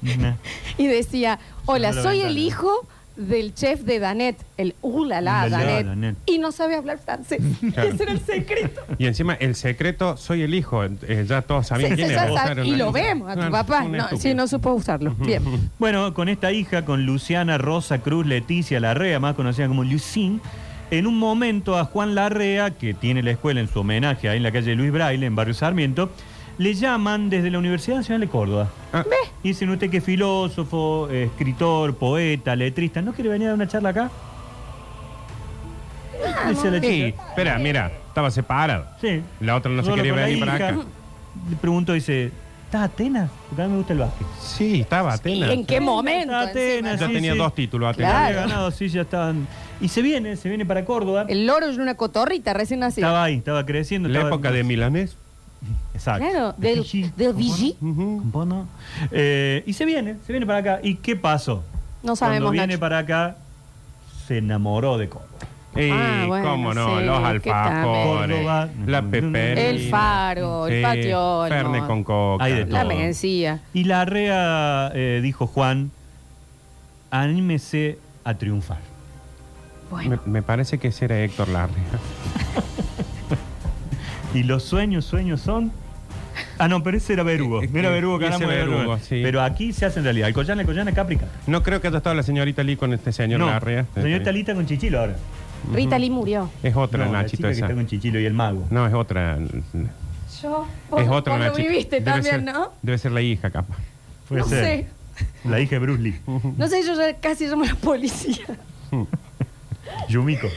[SPEAKER 2] Nah.
[SPEAKER 1] y decía, hola,
[SPEAKER 2] la
[SPEAKER 1] soy
[SPEAKER 2] ventana.
[SPEAKER 1] el hijo del chef de Danet, el ulala
[SPEAKER 2] Ulala,
[SPEAKER 1] Danet,
[SPEAKER 2] Danet.
[SPEAKER 1] y no sabe hablar francés.
[SPEAKER 3] Claro.
[SPEAKER 1] Ese era el secreto.
[SPEAKER 3] Y encima, el secreto, soy el hijo. Eh, ya todos sabían
[SPEAKER 1] Sí,
[SPEAKER 3] quién
[SPEAKER 1] sí,
[SPEAKER 3] era.
[SPEAKER 1] ya
[SPEAKER 3] Vos
[SPEAKER 1] sabe,
[SPEAKER 3] eras
[SPEAKER 1] y
[SPEAKER 3] una-
[SPEAKER 1] lo vemos a tu
[SPEAKER 3] Claro,
[SPEAKER 1] papá.
[SPEAKER 3] un
[SPEAKER 1] No,
[SPEAKER 3] estúpido.
[SPEAKER 1] sí, no supo usarlo. Bien.
[SPEAKER 2] Bueno, con esta hija, con Luciana Rosa Cruz Leticia Larrea, más conocida como Lucín, en un momento a Juan Larrea, que tiene la escuela en su homenaje ahí en la calle Luis Braille, en Barrio Sarmiento, le llaman desde la Universidad Nacional de Córdoba.
[SPEAKER 3] Ah,
[SPEAKER 2] Dicen usted que es filósofo, eh, escritor, poeta, letrista. ¿No quiere venir a dar una charla acá? Dice la
[SPEAKER 3] sí,
[SPEAKER 2] chica.
[SPEAKER 3] espera, mira, estaba separado.
[SPEAKER 2] Sí.
[SPEAKER 3] La otra no se
[SPEAKER 2] Solo
[SPEAKER 3] quería
[SPEAKER 2] con la
[SPEAKER 3] venir para
[SPEAKER 2] hija.
[SPEAKER 3] acá.
[SPEAKER 2] Le pregunto, dice, ¿está Atenas? Porque a mí me gusta el básquet.
[SPEAKER 3] Sí, estaba Atenas.
[SPEAKER 1] ¿En qué momento?
[SPEAKER 2] Atenas,
[SPEAKER 1] encima,
[SPEAKER 3] Ya
[SPEAKER 1] no?
[SPEAKER 2] Sí,
[SPEAKER 3] tenía
[SPEAKER 2] sí.
[SPEAKER 3] dos títulos Atenas.
[SPEAKER 1] Claro.
[SPEAKER 2] Había ganado, sí, ya estaban. Y se viene, se viene para Córdoba.
[SPEAKER 1] El loro es una cotorrita recién nacida.
[SPEAKER 2] Estaba ahí, estaba creciendo.
[SPEAKER 3] La
[SPEAKER 2] estaba-
[SPEAKER 3] época de Milanés.
[SPEAKER 2] Exacto.
[SPEAKER 1] Claro,
[SPEAKER 2] De
[SPEAKER 1] del,
[SPEAKER 2] Fiji.
[SPEAKER 1] del Vigi.
[SPEAKER 3] Ujú.
[SPEAKER 2] Bueno. Eh, y se viene, se viene para acá. ¿Y qué pasó?
[SPEAKER 1] No sabemos,
[SPEAKER 2] Cuando viene
[SPEAKER 1] Nacho.
[SPEAKER 2] para acá, se enamoró de Córdoba.
[SPEAKER 3] Y
[SPEAKER 1] Ah, bueno,
[SPEAKER 3] cómo no,
[SPEAKER 1] sí,
[SPEAKER 3] los
[SPEAKER 1] qué
[SPEAKER 3] alfajores,
[SPEAKER 2] Córdoba. Mm,
[SPEAKER 3] la peperina,
[SPEAKER 1] El faro, el patio olmo,
[SPEAKER 3] Ferne con coca.
[SPEAKER 2] Hay de
[SPEAKER 1] La
[SPEAKER 2] todo.
[SPEAKER 1] mencía.
[SPEAKER 2] Y la REA eh, dijo Juan, anímese a triunfar.
[SPEAKER 1] Bueno,
[SPEAKER 3] Me, me parece que ese era Héctor Larrea.
[SPEAKER 2] Y los sueños, sueños son. Ah, no, pero ese era Berugo.
[SPEAKER 3] Eh,
[SPEAKER 2] Era Berugo,
[SPEAKER 3] ese
[SPEAKER 2] caramba, era
[SPEAKER 3] Berugo,
[SPEAKER 2] Berugo.
[SPEAKER 3] sí.
[SPEAKER 2] Pero aquí se hace en realidad. El Collana, el Collana, Caprica.
[SPEAKER 3] No creo que haya estado la señorita Lee con este señor Larrea.
[SPEAKER 2] señor Talita con Chichilo ahora.
[SPEAKER 1] Rita Lee murió.
[SPEAKER 3] Es otra
[SPEAKER 2] No, la
[SPEAKER 3] Nachito
[SPEAKER 2] chica que
[SPEAKER 3] esa.
[SPEAKER 2] está con Chichilo y el mago.
[SPEAKER 3] No, es otra.
[SPEAKER 1] Yo,
[SPEAKER 3] es otra
[SPEAKER 1] vos lo
[SPEAKER 3] Nachito.
[SPEAKER 1] viviste
[SPEAKER 3] Debe
[SPEAKER 1] también,
[SPEAKER 3] ser-
[SPEAKER 1] ¿no?
[SPEAKER 3] Debe ser la hija, capaz.
[SPEAKER 2] Puede
[SPEAKER 1] no
[SPEAKER 2] ser.
[SPEAKER 1] sé.
[SPEAKER 2] La hija de Bruce Lee.
[SPEAKER 1] No sé, yo ya casi llamo a la policía.
[SPEAKER 2] Yumiko.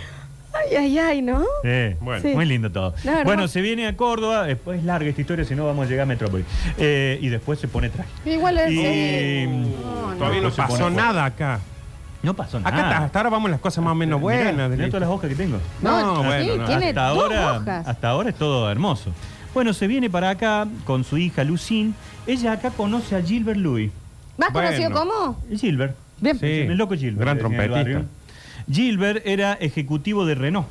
[SPEAKER 1] Ay, ay, ay, ¿no?
[SPEAKER 2] Eh,
[SPEAKER 3] Bueno.
[SPEAKER 1] Sí.
[SPEAKER 2] Muy lindo todo.
[SPEAKER 1] No, hermoso.
[SPEAKER 2] bueno, se viene a Córdoba, después es larga esta historia, si no vamos a llegar a Metrópolis. Eh, y después se pone traje.
[SPEAKER 1] Igual es. eh, Oh,
[SPEAKER 2] Y- mm,
[SPEAKER 1] No, no.
[SPEAKER 3] Todavía no
[SPEAKER 2] Se pone
[SPEAKER 3] pasó
[SPEAKER 2] fuerte.
[SPEAKER 3] nada acá.
[SPEAKER 2] No pasó nada.
[SPEAKER 3] Acá hasta- hasta ahora vamos las cosas más o menos buenas.
[SPEAKER 2] Mirá,
[SPEAKER 3] de
[SPEAKER 2] mirá
[SPEAKER 3] la-
[SPEAKER 2] todas las hojas que tengo.
[SPEAKER 1] No,
[SPEAKER 3] No,
[SPEAKER 1] sí,
[SPEAKER 3] bueno, no.
[SPEAKER 1] tiene
[SPEAKER 2] hasta
[SPEAKER 1] dos
[SPEAKER 2] ahora,
[SPEAKER 1] hojas.
[SPEAKER 2] hasta ahora es todo hermoso. Bueno, se viene para acá con su hija Lucín. Ella acá conoce a Gilbert Louis.
[SPEAKER 1] ¿Más conocido
[SPEAKER 3] Bueno.
[SPEAKER 1] como?
[SPEAKER 2] Gilbert.
[SPEAKER 1] Bien.
[SPEAKER 3] Sí.
[SPEAKER 2] El loco Gilbert.
[SPEAKER 3] gran
[SPEAKER 2] le decían en el
[SPEAKER 3] trompetista.
[SPEAKER 2] barrio. Gilbert era ejecutivo de Renault.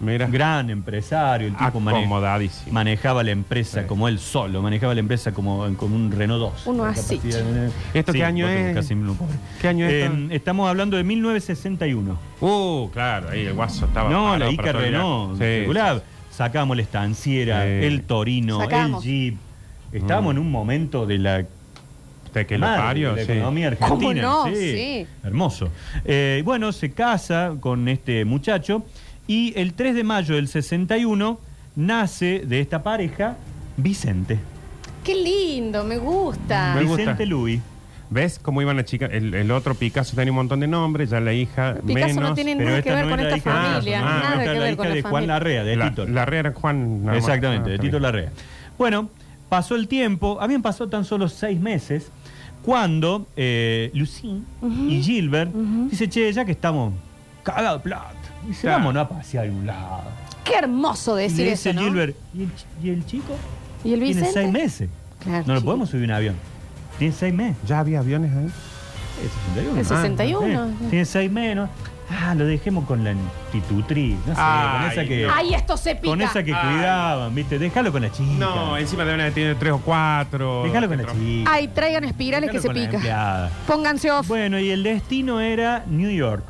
[SPEAKER 3] Mira,
[SPEAKER 2] Gran empresario, el tipo mane-
[SPEAKER 3] acomodadísimo.
[SPEAKER 2] manejaba la empresa
[SPEAKER 3] Sí.
[SPEAKER 2] como él solo, manejaba la empresa como, como un Renault 2.
[SPEAKER 1] Uno
[SPEAKER 2] La
[SPEAKER 1] así.
[SPEAKER 2] capacidad de-
[SPEAKER 3] ¿Esto qué año
[SPEAKER 2] porque
[SPEAKER 3] es?
[SPEAKER 2] casi me lo pobre.
[SPEAKER 3] ¿Qué año es
[SPEAKER 2] Eh,
[SPEAKER 3] esto?
[SPEAKER 2] estamos hablando de 1961.
[SPEAKER 3] Uh, claro, ahí el guaso estaba.
[SPEAKER 2] No, la
[SPEAKER 3] parado
[SPEAKER 2] Ica
[SPEAKER 3] para todo el
[SPEAKER 2] Renault,
[SPEAKER 3] viaje. Sí,
[SPEAKER 2] regular. Sacamos la estanciera,
[SPEAKER 3] Sí. Mm.
[SPEAKER 2] el Torino,
[SPEAKER 1] Sacamos.
[SPEAKER 2] el Jeep. Estábamos en un momento de la
[SPEAKER 3] Te que lo
[SPEAKER 2] madre
[SPEAKER 3] parió,
[SPEAKER 2] de la
[SPEAKER 3] sí.
[SPEAKER 2] economía
[SPEAKER 1] ¿Cómo
[SPEAKER 2] argentina.
[SPEAKER 1] no?
[SPEAKER 2] Sí.
[SPEAKER 1] Sí.
[SPEAKER 2] Hermoso. Eh, bueno, se casa con este muchacho y el 3 de mayo del 61 nace de esta pareja Vicente.
[SPEAKER 1] Qué lindo, Ah. me gusta.
[SPEAKER 3] Me gusta.
[SPEAKER 2] Vicente Luis.
[SPEAKER 3] ¿Ves cómo iban a chicas? El, el otro Picasso tenía un montón de nombres, ya la hija
[SPEAKER 1] Picasso
[SPEAKER 3] menos.
[SPEAKER 1] no tiene
[SPEAKER 2] Pero
[SPEAKER 1] nada
[SPEAKER 2] esta
[SPEAKER 1] que ver
[SPEAKER 2] no
[SPEAKER 1] con
[SPEAKER 2] es la
[SPEAKER 1] esta
[SPEAKER 2] hija de Ah,
[SPEAKER 1] familia.
[SPEAKER 3] Picasso, no,
[SPEAKER 1] nada
[SPEAKER 2] esta
[SPEAKER 1] que
[SPEAKER 2] es la
[SPEAKER 1] ver
[SPEAKER 2] hija
[SPEAKER 1] con la
[SPEAKER 2] de Juan
[SPEAKER 1] familia.
[SPEAKER 2] Larrea, de
[SPEAKER 3] la,
[SPEAKER 2] Tito.
[SPEAKER 3] la Herrera Juan. nada más.
[SPEAKER 2] Exactamente,
[SPEAKER 3] Ah,
[SPEAKER 2] de
[SPEAKER 3] está
[SPEAKER 2] Tito
[SPEAKER 3] bien.
[SPEAKER 2] Larrea. Bueno, pasó el tiempo, habían pasado tan solo seis meses, cuando eh, Lucín y Gilbert dice, che, ya que estamos cagados de plata, dice,
[SPEAKER 3] Claro.
[SPEAKER 2] vámonos a pasear a un lado.
[SPEAKER 1] Qué hermoso
[SPEAKER 2] Y
[SPEAKER 1] decir
[SPEAKER 2] le
[SPEAKER 1] eso,
[SPEAKER 2] dice
[SPEAKER 1] ¿no?
[SPEAKER 2] Gilbert, ¿y el, chi- y el chico?
[SPEAKER 1] ¿Y el
[SPEAKER 2] Tiene
[SPEAKER 1] Vicente?
[SPEAKER 2] seis meses.
[SPEAKER 1] Claro,
[SPEAKER 2] no lo
[SPEAKER 1] sí.
[SPEAKER 2] podemos subir a un avión. Tiene seis meses.
[SPEAKER 3] ¿Ya había aviones ahí?
[SPEAKER 2] Eh, 61.
[SPEAKER 1] El 61.
[SPEAKER 2] Eh, tiene seis menos. Ah, lo dejemos con la institutriz. No sé,
[SPEAKER 3] Ay,
[SPEAKER 2] con esa que,
[SPEAKER 3] no.
[SPEAKER 1] ¡Ay, esto se pica!
[SPEAKER 2] con esa que
[SPEAKER 3] Ay.
[SPEAKER 2] cuidaban, ¿viste? Déjalo con la chica.
[SPEAKER 3] No, encima deben haber tenido tres o cuatro.
[SPEAKER 2] Déjalo con la
[SPEAKER 3] Otro.
[SPEAKER 2] chica.
[SPEAKER 1] Ay, traigan espirales que se
[SPEAKER 2] Déjalo con la
[SPEAKER 1] pica.
[SPEAKER 2] empleada.
[SPEAKER 1] Pónganse off.
[SPEAKER 2] Bueno, y el destino era New York.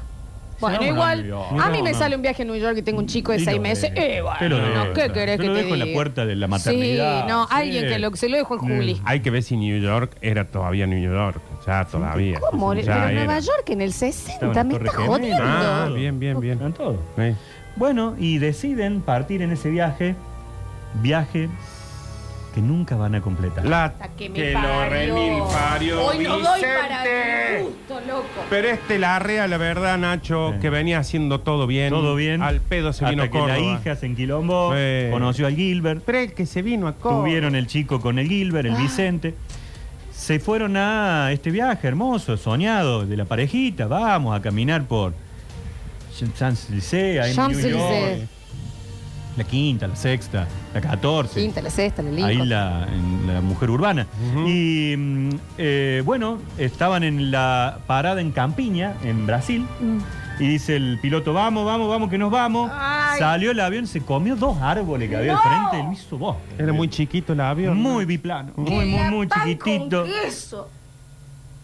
[SPEAKER 1] Bueno,
[SPEAKER 2] Vámonos
[SPEAKER 1] igual,
[SPEAKER 2] New York.
[SPEAKER 1] a mí
[SPEAKER 2] No,
[SPEAKER 1] me
[SPEAKER 2] no.
[SPEAKER 1] sale un viaje a New York y tengo un chico de
[SPEAKER 2] Te
[SPEAKER 1] seis
[SPEAKER 2] lo
[SPEAKER 1] meses.
[SPEAKER 2] dejo,
[SPEAKER 1] Eh,
[SPEAKER 2] te lo
[SPEAKER 1] bueno,
[SPEAKER 2] dejo.
[SPEAKER 1] ¿qué querés
[SPEAKER 2] Te
[SPEAKER 1] que
[SPEAKER 2] lo
[SPEAKER 1] te
[SPEAKER 2] dejo en la
[SPEAKER 1] diga?
[SPEAKER 2] puerta de la maternidad.
[SPEAKER 1] Sí, no,
[SPEAKER 2] Sí.
[SPEAKER 1] alguien que lo, se lo dejó en Juli.
[SPEAKER 3] Hay que ver si New York era todavía New York. Ya, todavía.
[SPEAKER 1] ¿Cómo?
[SPEAKER 3] Ya
[SPEAKER 1] Pero en
[SPEAKER 3] era.
[SPEAKER 1] Nueva York en el
[SPEAKER 2] Estaba
[SPEAKER 1] 60,
[SPEAKER 2] en
[SPEAKER 1] me
[SPEAKER 2] la
[SPEAKER 1] está
[SPEAKER 2] Torre Gemela.
[SPEAKER 1] jodiendo.
[SPEAKER 3] Ah, bien, bien,
[SPEAKER 2] Estaban
[SPEAKER 3] bien.
[SPEAKER 2] todos.
[SPEAKER 3] Sí.
[SPEAKER 2] Bueno, y deciden partir en ese viaje, viaje que nunca van a completar.
[SPEAKER 3] La
[SPEAKER 1] Hasta que me
[SPEAKER 3] que lo
[SPEAKER 1] parió.
[SPEAKER 3] remil parió
[SPEAKER 1] Hoy no doy para
[SPEAKER 3] Vicente.
[SPEAKER 1] mi gusto, loco.
[SPEAKER 3] Pero este Larrea, la verdad, Nacho,
[SPEAKER 2] Sí.
[SPEAKER 3] que venía haciendo todo bien.
[SPEAKER 2] Todo bien.
[SPEAKER 3] Al pedo se
[SPEAKER 2] Hasta
[SPEAKER 3] vino a
[SPEAKER 2] que
[SPEAKER 3] Córdoba.
[SPEAKER 2] la hija se enquilombó,
[SPEAKER 3] Sí.
[SPEAKER 2] conoció al Gilbert,
[SPEAKER 3] Pero el que se vino a Córdoba.
[SPEAKER 2] tuvieron el chico con el Gilbert,
[SPEAKER 1] Ah.
[SPEAKER 2] el Vicente. Se fueron a este viaje hermoso, soñado, de la parejita. Vamos a caminar por Champs-Élysées, ahí en New
[SPEAKER 1] Champs-Élysées.
[SPEAKER 2] York. La quinta, la sexta, la catorce.
[SPEAKER 1] Quinta, la sexta, la
[SPEAKER 2] Ahí
[SPEAKER 1] linda.
[SPEAKER 2] la, en la mujer urbana.
[SPEAKER 3] Ujú.
[SPEAKER 2] Y mm, eh, bueno, estaban en la parada en Campiña, en Brasil.
[SPEAKER 1] Mm.
[SPEAKER 2] Y dice el piloto, vamos, vamos, vamos, que nos vamos.
[SPEAKER 1] Ay.
[SPEAKER 2] Salió el avión, se comió dos árboles que había
[SPEAKER 1] No.
[SPEAKER 2] al frente, lo hizo vos.
[SPEAKER 3] Era muy chiquito el avión.
[SPEAKER 2] Muy biplano, muy, muy, muy chiquitito.
[SPEAKER 1] Eso.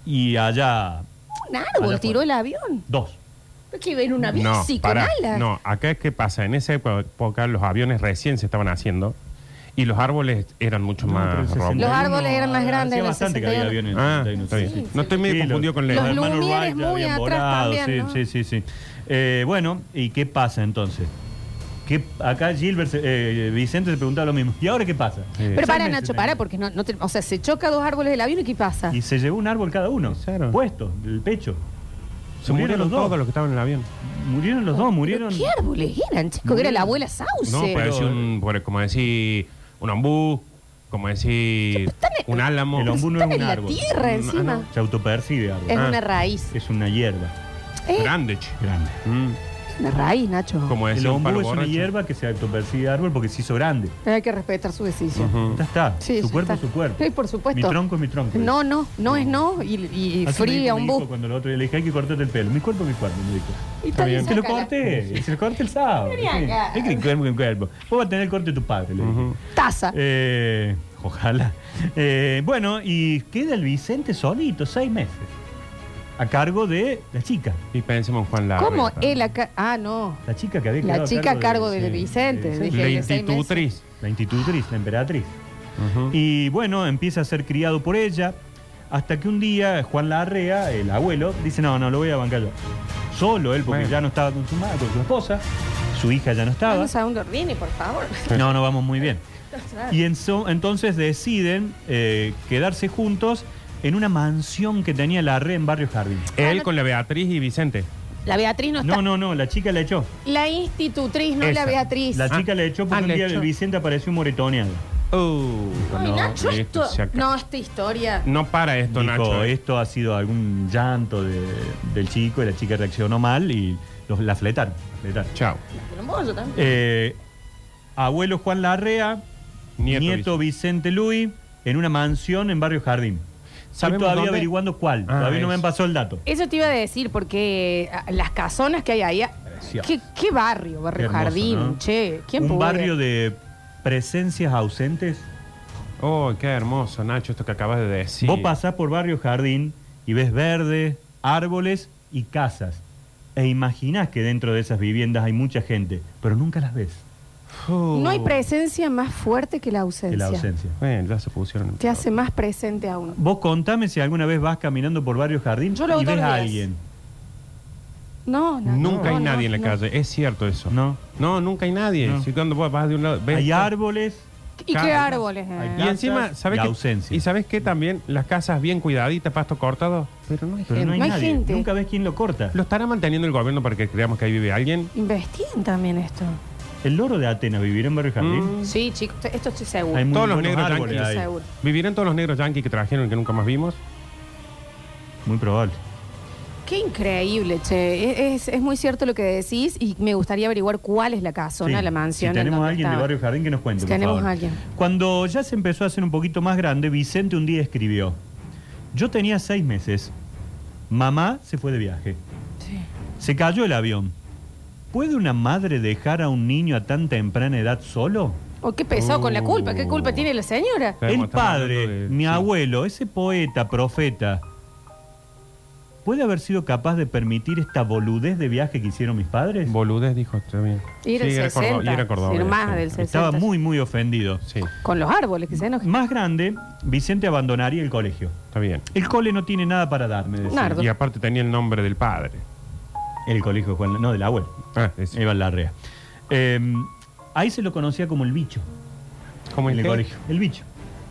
[SPEAKER 2] Y allá,
[SPEAKER 1] Un
[SPEAKER 2] Allá
[SPEAKER 1] árbol
[SPEAKER 2] fue.
[SPEAKER 1] tiró el avión.
[SPEAKER 2] dos.
[SPEAKER 1] Es que iba en una bici
[SPEAKER 3] No,
[SPEAKER 1] con
[SPEAKER 3] pará.
[SPEAKER 1] alas.
[SPEAKER 3] no, acá es que pasa. En esa época los aviones recién se estaban haciendo y los árboles eran mucho
[SPEAKER 2] No, pero el
[SPEAKER 3] más
[SPEAKER 2] 61
[SPEAKER 1] Los
[SPEAKER 3] románticos.
[SPEAKER 1] árboles eran más grandes
[SPEAKER 2] Hacía
[SPEAKER 1] en el
[SPEAKER 2] bastante que había
[SPEAKER 1] 61.
[SPEAKER 2] aviones en el
[SPEAKER 3] Ah,
[SPEAKER 2] 61,
[SPEAKER 3] está bien.
[SPEAKER 2] sí.
[SPEAKER 3] No estoy medio
[SPEAKER 2] Sí, los-
[SPEAKER 3] confundido con
[SPEAKER 1] Los
[SPEAKER 3] la
[SPEAKER 2] hermanos
[SPEAKER 1] Lumieres
[SPEAKER 2] Wright ya
[SPEAKER 1] muy
[SPEAKER 2] habían
[SPEAKER 1] atrás también, ¿no?
[SPEAKER 2] Sí, sí, sí. Eh, bueno, ¿y qué pasa entonces? ¿Qué- acá Gilbert, se- eh, Vicente se preguntaba lo mismo. ¿Y ahora qué pasa?
[SPEAKER 3] Sí.
[SPEAKER 1] Pero para,
[SPEAKER 2] Seis meses
[SPEAKER 1] Nacho,
[SPEAKER 2] tenía.
[SPEAKER 1] para, porque no, no te- O sea, se choca dos árboles del avión y ¿qué pasa?
[SPEAKER 2] Y se llevó un árbol cada uno,
[SPEAKER 3] Claro.
[SPEAKER 2] puesto, el pecho.
[SPEAKER 3] Se murieron todos los que estaban en el avión.
[SPEAKER 2] Murieron los dos, murieron.
[SPEAKER 1] ¿Qué árboles eran, chicos? Que era la abuela Sauce.
[SPEAKER 3] No, parecía
[SPEAKER 2] Pero- eh,
[SPEAKER 3] un, por- como decir, un ombú, como decir,
[SPEAKER 1] están en-
[SPEAKER 3] un álamo.
[SPEAKER 2] El
[SPEAKER 1] Pero
[SPEAKER 2] ombú
[SPEAKER 1] si
[SPEAKER 2] no
[SPEAKER 1] están
[SPEAKER 2] es un
[SPEAKER 1] en
[SPEAKER 2] árbol.
[SPEAKER 1] la tierra
[SPEAKER 3] Mm,
[SPEAKER 1] encima.
[SPEAKER 3] ah, no.
[SPEAKER 2] Se autopercibe árbol.
[SPEAKER 1] Es
[SPEAKER 3] Ah.
[SPEAKER 1] una raíz.
[SPEAKER 2] Es una hierba
[SPEAKER 1] Eh,
[SPEAKER 3] Grande, che.
[SPEAKER 2] grande.
[SPEAKER 3] Mm,
[SPEAKER 1] una raíz, Nacho.
[SPEAKER 3] como
[SPEAKER 2] El
[SPEAKER 3] decir, un
[SPEAKER 2] ombú
[SPEAKER 3] palo
[SPEAKER 2] es una
[SPEAKER 3] borracho.
[SPEAKER 2] hierba que se autopercibe árbol porque se hizo grande.
[SPEAKER 1] Hay que respetar su decisión.
[SPEAKER 3] Ujú.
[SPEAKER 2] Ya está.
[SPEAKER 1] Sí,
[SPEAKER 2] su
[SPEAKER 1] ya
[SPEAKER 2] cuerpo
[SPEAKER 1] está.
[SPEAKER 2] es su cuerpo.
[SPEAKER 1] Sí, por supuesto.
[SPEAKER 2] Mi tronco es mi tronco.
[SPEAKER 1] No, no, no es no. Y, y
[SPEAKER 2] Así me
[SPEAKER 1] fría,
[SPEAKER 2] dijo
[SPEAKER 1] un
[SPEAKER 2] mi hijo
[SPEAKER 1] bus.
[SPEAKER 2] Cuando el otro día le dije, hay que cortarte el pelo. Mi cuerpo, mi cuerpo, me dijo.
[SPEAKER 1] Y
[SPEAKER 3] Está bien.
[SPEAKER 2] Se lo
[SPEAKER 1] sácala.
[SPEAKER 2] corté, y se lo corté el sábado.
[SPEAKER 1] Vení acá.
[SPEAKER 2] Es que el cuerpo, el cuerpo. Vos vas a tener el corte de tu padre, le dije.
[SPEAKER 3] Ujú.
[SPEAKER 1] Taza.
[SPEAKER 2] Eh, ojalá. Eh, bueno, y queda el Vicente solito, seis meses. A cargo de la chica.
[SPEAKER 3] Y pensemos en Juan Larrea.
[SPEAKER 1] ¿Cómo
[SPEAKER 3] también.
[SPEAKER 1] él acá? Ah, no.
[SPEAKER 2] La chica que había
[SPEAKER 1] La
[SPEAKER 2] quedado
[SPEAKER 1] chica a cargo
[SPEAKER 2] de-
[SPEAKER 1] del
[SPEAKER 2] sí,
[SPEAKER 1] Vicente.
[SPEAKER 2] sí, sí.
[SPEAKER 1] dije,
[SPEAKER 3] La
[SPEAKER 1] de seis meses.
[SPEAKER 3] institutriz.
[SPEAKER 2] La institutriz, la emperatriz.
[SPEAKER 3] Ujú.
[SPEAKER 2] Y bueno, empieza a ser criado por ella. Hasta que un día Juan Larrea, el abuelo, dice: No, no, lo voy a bancar yo. Solo él, porque
[SPEAKER 3] Bueno.
[SPEAKER 2] ya no estaba con su madre, con su esposa. Su hija ya no estaba.
[SPEAKER 1] Vamos Ah. a un Dorrini, por favor.
[SPEAKER 2] No, no vamos muy bien. Y en so- entonces deciden eh, quedarse juntos en una mansión que tenía la red en Barrio Jardín.
[SPEAKER 3] Él con la Beatriz y Vicente.
[SPEAKER 1] La Beatriz no está.
[SPEAKER 2] No, no, no, la chica la echó.
[SPEAKER 1] La institutriz, no
[SPEAKER 3] Esa.
[SPEAKER 1] la Beatriz.
[SPEAKER 2] La
[SPEAKER 3] Ah.
[SPEAKER 2] chica la echó porque
[SPEAKER 3] Ah,
[SPEAKER 2] un
[SPEAKER 3] la
[SPEAKER 2] día
[SPEAKER 3] echó.
[SPEAKER 2] Vicente apareció moretoneado.
[SPEAKER 3] Uh,
[SPEAKER 1] Ay, Nacho,
[SPEAKER 3] listo,
[SPEAKER 1] esto.
[SPEAKER 3] se acabó.
[SPEAKER 1] No, esta historia.
[SPEAKER 3] No para esto,
[SPEAKER 2] Dijo,
[SPEAKER 3] Nacho. eh.
[SPEAKER 2] esto ha sido algún llanto de- del chico y la chica reaccionó mal y los, la fletaron. la fletaron.
[SPEAKER 3] Chao.
[SPEAKER 1] Pero vos, yo también.
[SPEAKER 2] Eh, abuelo Juan Larrea, nieto,
[SPEAKER 3] Nieto
[SPEAKER 2] Vicente Luis, en una mansión en Barrio Jardín. Estoy
[SPEAKER 3] ¿Sabemos
[SPEAKER 2] todavía
[SPEAKER 3] dónde?
[SPEAKER 2] averiguando cuál,
[SPEAKER 3] Ah,
[SPEAKER 2] todavía no me
[SPEAKER 3] es.
[SPEAKER 2] pasó el dato.
[SPEAKER 1] Eso te iba a decir, porque ah, las casonas que hay ahí. ah,
[SPEAKER 2] Precioso.
[SPEAKER 1] ¿Qué, qué barrio? Barrio
[SPEAKER 2] Qué hermoso,
[SPEAKER 1] Jardín,
[SPEAKER 2] ¿no?
[SPEAKER 1] che. ¿Quién
[SPEAKER 2] Un
[SPEAKER 1] pudiera?
[SPEAKER 2] barrio de presencias ausentes.
[SPEAKER 3] Oh, qué hermoso, Nacho, esto que acabas de decir.
[SPEAKER 2] Vos pasás por barrio jardín y ves verde, árboles y casas. E imaginás que dentro de esas viviendas hay mucha gente, pero nunca las ves.
[SPEAKER 3] Uh.
[SPEAKER 1] No hay presencia más fuerte que la ausencia.
[SPEAKER 2] de la ausencia.
[SPEAKER 3] Bueno, ya se pusieron.
[SPEAKER 1] Te hace más presente aún.
[SPEAKER 2] Vos contame si alguna vez vas caminando por varios jardines
[SPEAKER 1] Yo lo hago
[SPEAKER 2] y ves
[SPEAKER 1] todos
[SPEAKER 2] a
[SPEAKER 1] los días.
[SPEAKER 2] alguien.
[SPEAKER 1] No, no,
[SPEAKER 3] Nunca
[SPEAKER 1] no,
[SPEAKER 3] hay
[SPEAKER 1] no,
[SPEAKER 3] nadie en la
[SPEAKER 1] no.
[SPEAKER 3] calle, es cierto eso.
[SPEAKER 2] No.
[SPEAKER 3] No, nunca hay nadie.
[SPEAKER 2] No.
[SPEAKER 3] Si cuando vos vas de un lado, ves-
[SPEAKER 2] Hay árboles.
[SPEAKER 1] ¿Y qué
[SPEAKER 3] Ca-
[SPEAKER 1] árboles? eh?
[SPEAKER 2] Hay
[SPEAKER 3] Y
[SPEAKER 2] plantas
[SPEAKER 3] encima, ¿sabes
[SPEAKER 2] y
[SPEAKER 3] qué?
[SPEAKER 2] ausencia.
[SPEAKER 3] ¿Y sabes qué también? Las casas bien cuidaditas, pasto cortado, pero no hay
[SPEAKER 2] Pero
[SPEAKER 3] gente.
[SPEAKER 2] no hay,
[SPEAKER 1] No hay
[SPEAKER 2] nadie.
[SPEAKER 1] gente.
[SPEAKER 2] Nunca ves quién lo corta.
[SPEAKER 3] ¿Lo estará manteniendo el gobierno para que creamos que ahí vive alguien?
[SPEAKER 1] Investiguen también esto.
[SPEAKER 2] El loro de Atenas vivirá en Barrio Jardín.
[SPEAKER 3] Mm.
[SPEAKER 1] Sí, chicos, te- esto estoy seguro.
[SPEAKER 2] Hay muy
[SPEAKER 3] Todos los
[SPEAKER 2] buenos
[SPEAKER 3] negros
[SPEAKER 2] árboles
[SPEAKER 1] tranquilos.
[SPEAKER 2] ahí.
[SPEAKER 1] Seguro.
[SPEAKER 3] ¿Vivirán todos los negros yanquis que trajeron y que nunca más vimos?
[SPEAKER 2] Muy probable.
[SPEAKER 1] Qué increíble, che. E, Es, es- es muy cierto lo que decís y me gustaría averiguar cuál es la casona,
[SPEAKER 2] Sí.
[SPEAKER 1] la mansión.
[SPEAKER 2] Si
[SPEAKER 1] en
[SPEAKER 2] tenemos
[SPEAKER 1] donde
[SPEAKER 2] a alguien
[SPEAKER 1] estaba.
[SPEAKER 2] de Barrio Jardín que nos cuente.
[SPEAKER 1] Si
[SPEAKER 2] por
[SPEAKER 1] tenemos
[SPEAKER 2] favor.
[SPEAKER 1] a alguien.
[SPEAKER 2] Cuando ya se empezó a hacer un poquito más grande, Vicente un día escribió: Yo tenía seis meses. Mamá se fue de viaje.
[SPEAKER 1] Sí.
[SPEAKER 2] Se cayó el avión. ¿Puede una madre dejar a un niño a tan temprana edad solo?
[SPEAKER 1] Oh, qué pesado con la culpa. ¿Qué
[SPEAKER 3] Uh.
[SPEAKER 1] culpa tiene la señora?
[SPEAKER 3] Claro,
[SPEAKER 2] el
[SPEAKER 3] estamos
[SPEAKER 2] padre,
[SPEAKER 3] hablando de-
[SPEAKER 2] mi
[SPEAKER 3] sí.
[SPEAKER 2] abuelo, ese poeta, profeta, ¿puede haber sido capaz de permitir esta boludez de viaje que hicieron mis padres?
[SPEAKER 3] Boludez dijo también.
[SPEAKER 1] Ir al
[SPEAKER 3] Sí, era
[SPEAKER 1] 60.
[SPEAKER 3] Córdoba- y era Córdoba,
[SPEAKER 1] sí, más
[SPEAKER 3] sí.
[SPEAKER 1] del 60.
[SPEAKER 2] Estaba muy, muy ofendido.
[SPEAKER 3] Sí,
[SPEAKER 1] Con los árboles que se enojan.
[SPEAKER 2] Más grande, Vicente abandonaría el colegio.
[SPEAKER 3] está bien.
[SPEAKER 2] El cole no tiene nada para darme. decía.
[SPEAKER 1] Nardo.
[SPEAKER 3] Y aparte tenía el nombre del padre.
[SPEAKER 2] El colegio, de Juan- no, del abuelo.
[SPEAKER 3] Ah, es
[SPEAKER 2] Iván Larrea. Eh, ahí se lo conocía como el bicho.
[SPEAKER 3] como
[SPEAKER 2] en
[SPEAKER 3] el
[SPEAKER 2] el
[SPEAKER 3] qué?
[SPEAKER 2] colegio. El bicho.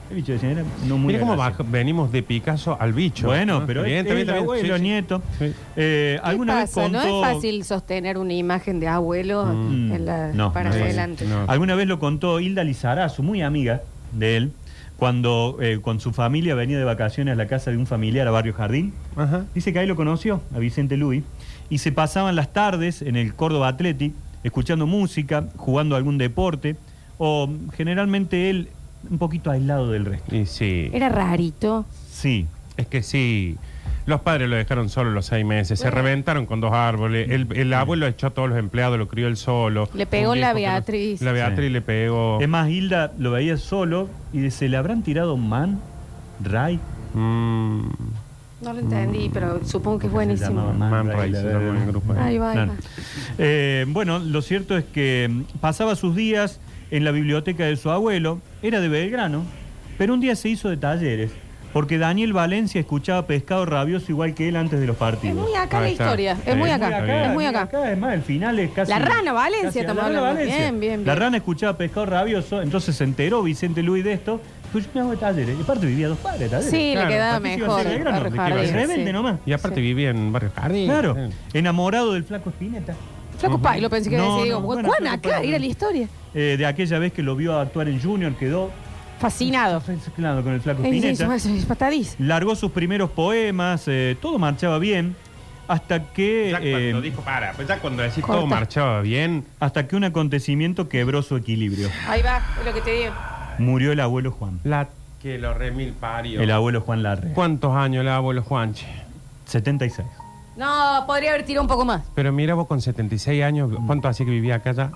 [SPEAKER 2] El bicho decían, era no muy
[SPEAKER 3] Mira cómo
[SPEAKER 2] gracioso.
[SPEAKER 3] baja- venimos de Picasso al bicho.
[SPEAKER 2] Bueno,
[SPEAKER 3] ¿no?
[SPEAKER 2] pero este
[SPEAKER 3] Está bien,
[SPEAKER 2] es, el
[SPEAKER 3] está bien, está bien.
[SPEAKER 2] abuelo,
[SPEAKER 3] Sí, sí.
[SPEAKER 2] nieto.
[SPEAKER 3] Sí.
[SPEAKER 2] Eh,
[SPEAKER 1] ¿Qué
[SPEAKER 2] alguna vez
[SPEAKER 1] pasa?
[SPEAKER 2] contó,
[SPEAKER 1] No es fácil sostener una imagen de abuelo
[SPEAKER 2] Mm.
[SPEAKER 1] en la-
[SPEAKER 2] No,
[SPEAKER 1] para
[SPEAKER 2] no es fácil.
[SPEAKER 1] adelante.
[SPEAKER 3] No.
[SPEAKER 2] alguna vez lo contó Hilda Lizarazu, muy amiga de él, cuando eh, con su familia venía de vacaciones a la casa de un familiar a Barrio Jardín.
[SPEAKER 3] Ajá.
[SPEAKER 2] Dice que ahí lo conoció, a Vicente Luis, y se pasaban las tardes en el Córdoba Atleti, escuchando música, jugando algún deporte, o generalmente él un poquito aislado del resto.
[SPEAKER 3] Y sí.
[SPEAKER 1] Era rarito.
[SPEAKER 2] Sí,
[SPEAKER 3] Es que sí. Los padres lo dejaron solo los seis meses. Se reventaron con dos árboles. El, el abuelo echó a todos los empleados, lo crió él solo.
[SPEAKER 1] Le pegó
[SPEAKER 3] Un
[SPEAKER 1] la
[SPEAKER 3] viejo que no-
[SPEAKER 1] Beatriz.
[SPEAKER 3] La Beatriz
[SPEAKER 2] Sí. Em-
[SPEAKER 3] le pegó.
[SPEAKER 2] Es más, Hilda lo veía solo y se le habrán tirado Man, Ray.
[SPEAKER 3] Mm,
[SPEAKER 1] No lo entendí, pero supongo que es
[SPEAKER 2] Mm. porque se llamaba
[SPEAKER 1] buenísimo.
[SPEAKER 2] Man
[SPEAKER 3] Man
[SPEAKER 2] Ray,
[SPEAKER 3] Ray,
[SPEAKER 2] la
[SPEAKER 3] se
[SPEAKER 2] de-
[SPEAKER 3] llamaba el grupo.
[SPEAKER 1] Ahí va, ahí
[SPEAKER 2] Claro.
[SPEAKER 1] va.
[SPEAKER 2] Eh, bueno, lo cierto es que mm, pasaba sus días en la biblioteca de su abuelo, era de Belgrano, pero un día se hizo de talleres, porque Daniel Valencia escuchaba Pescado Rabioso igual que él antes de los
[SPEAKER 1] Es
[SPEAKER 2] partidos.
[SPEAKER 1] muy acá la
[SPEAKER 3] Ahí está.
[SPEAKER 1] historia.
[SPEAKER 3] Sí,
[SPEAKER 1] Es muy acá. Es muy acá.
[SPEAKER 2] Es más, el final es casi.
[SPEAKER 1] La Rana Valencia
[SPEAKER 2] casi-
[SPEAKER 1] estamos
[SPEAKER 2] la Rana
[SPEAKER 1] hablando. Bien, bien,
[SPEAKER 2] La
[SPEAKER 1] bien.
[SPEAKER 2] rana escuchaba pescado rabioso, entonces se enteró Vicente Luis de esto. Dijo, yo me hago de talleres. Y aparte vivía dos padres, de talleres.
[SPEAKER 1] Sí,
[SPEAKER 3] Claro,
[SPEAKER 1] le quedaba
[SPEAKER 2] Aparte, si iba a
[SPEAKER 1] mejor.
[SPEAKER 2] ser negra, no,
[SPEAKER 1] Barrio
[SPEAKER 2] ¿de qué iba a
[SPEAKER 1] Jardín,
[SPEAKER 2] ser? Rebelde
[SPEAKER 1] sí.
[SPEAKER 2] nomás.
[SPEAKER 3] Y aparte vivía en Barrio Jardín.
[SPEAKER 2] Claro,
[SPEAKER 3] Sí.
[SPEAKER 2] enamorado del flaco Espineta.
[SPEAKER 1] Flaco Pai, lo pensé que
[SPEAKER 2] No,
[SPEAKER 1] decía. Digo,
[SPEAKER 2] no, bueno,
[SPEAKER 1] ¿cuán
[SPEAKER 2] Flaco
[SPEAKER 1] acá?
[SPEAKER 2] Pai.
[SPEAKER 1] Era la historia.
[SPEAKER 2] Eh, de aquella vez que lo vio actuar en Junior, quedó
[SPEAKER 1] Fascinado.
[SPEAKER 2] fascinado con el flaco
[SPEAKER 1] Es, es,
[SPEAKER 2] Espineta.
[SPEAKER 1] es- es patadiz.
[SPEAKER 2] Largó sus primeros poemas, eh, todo marchaba bien, hasta que,
[SPEAKER 3] Ya cuando
[SPEAKER 2] eh,
[SPEAKER 3] dijo para, pues ya cuando decís
[SPEAKER 1] Corta.
[SPEAKER 3] todo marchaba bien.
[SPEAKER 2] hasta que un acontecimiento quebró su equilibrio.
[SPEAKER 1] Ahí va, es lo que te digo.
[SPEAKER 2] Murió el abuelo Juan.
[SPEAKER 3] La que lo remil parió.
[SPEAKER 2] El abuelo Juan Larre.
[SPEAKER 3] ¿Cuántos años el abuelo Juanche?
[SPEAKER 2] 76.
[SPEAKER 1] No, podría haber tirado un poco más.
[SPEAKER 3] Pero mira vos con 76 años,
[SPEAKER 2] Mm.
[SPEAKER 3] ¿cuánto hacía que vivía acá ya?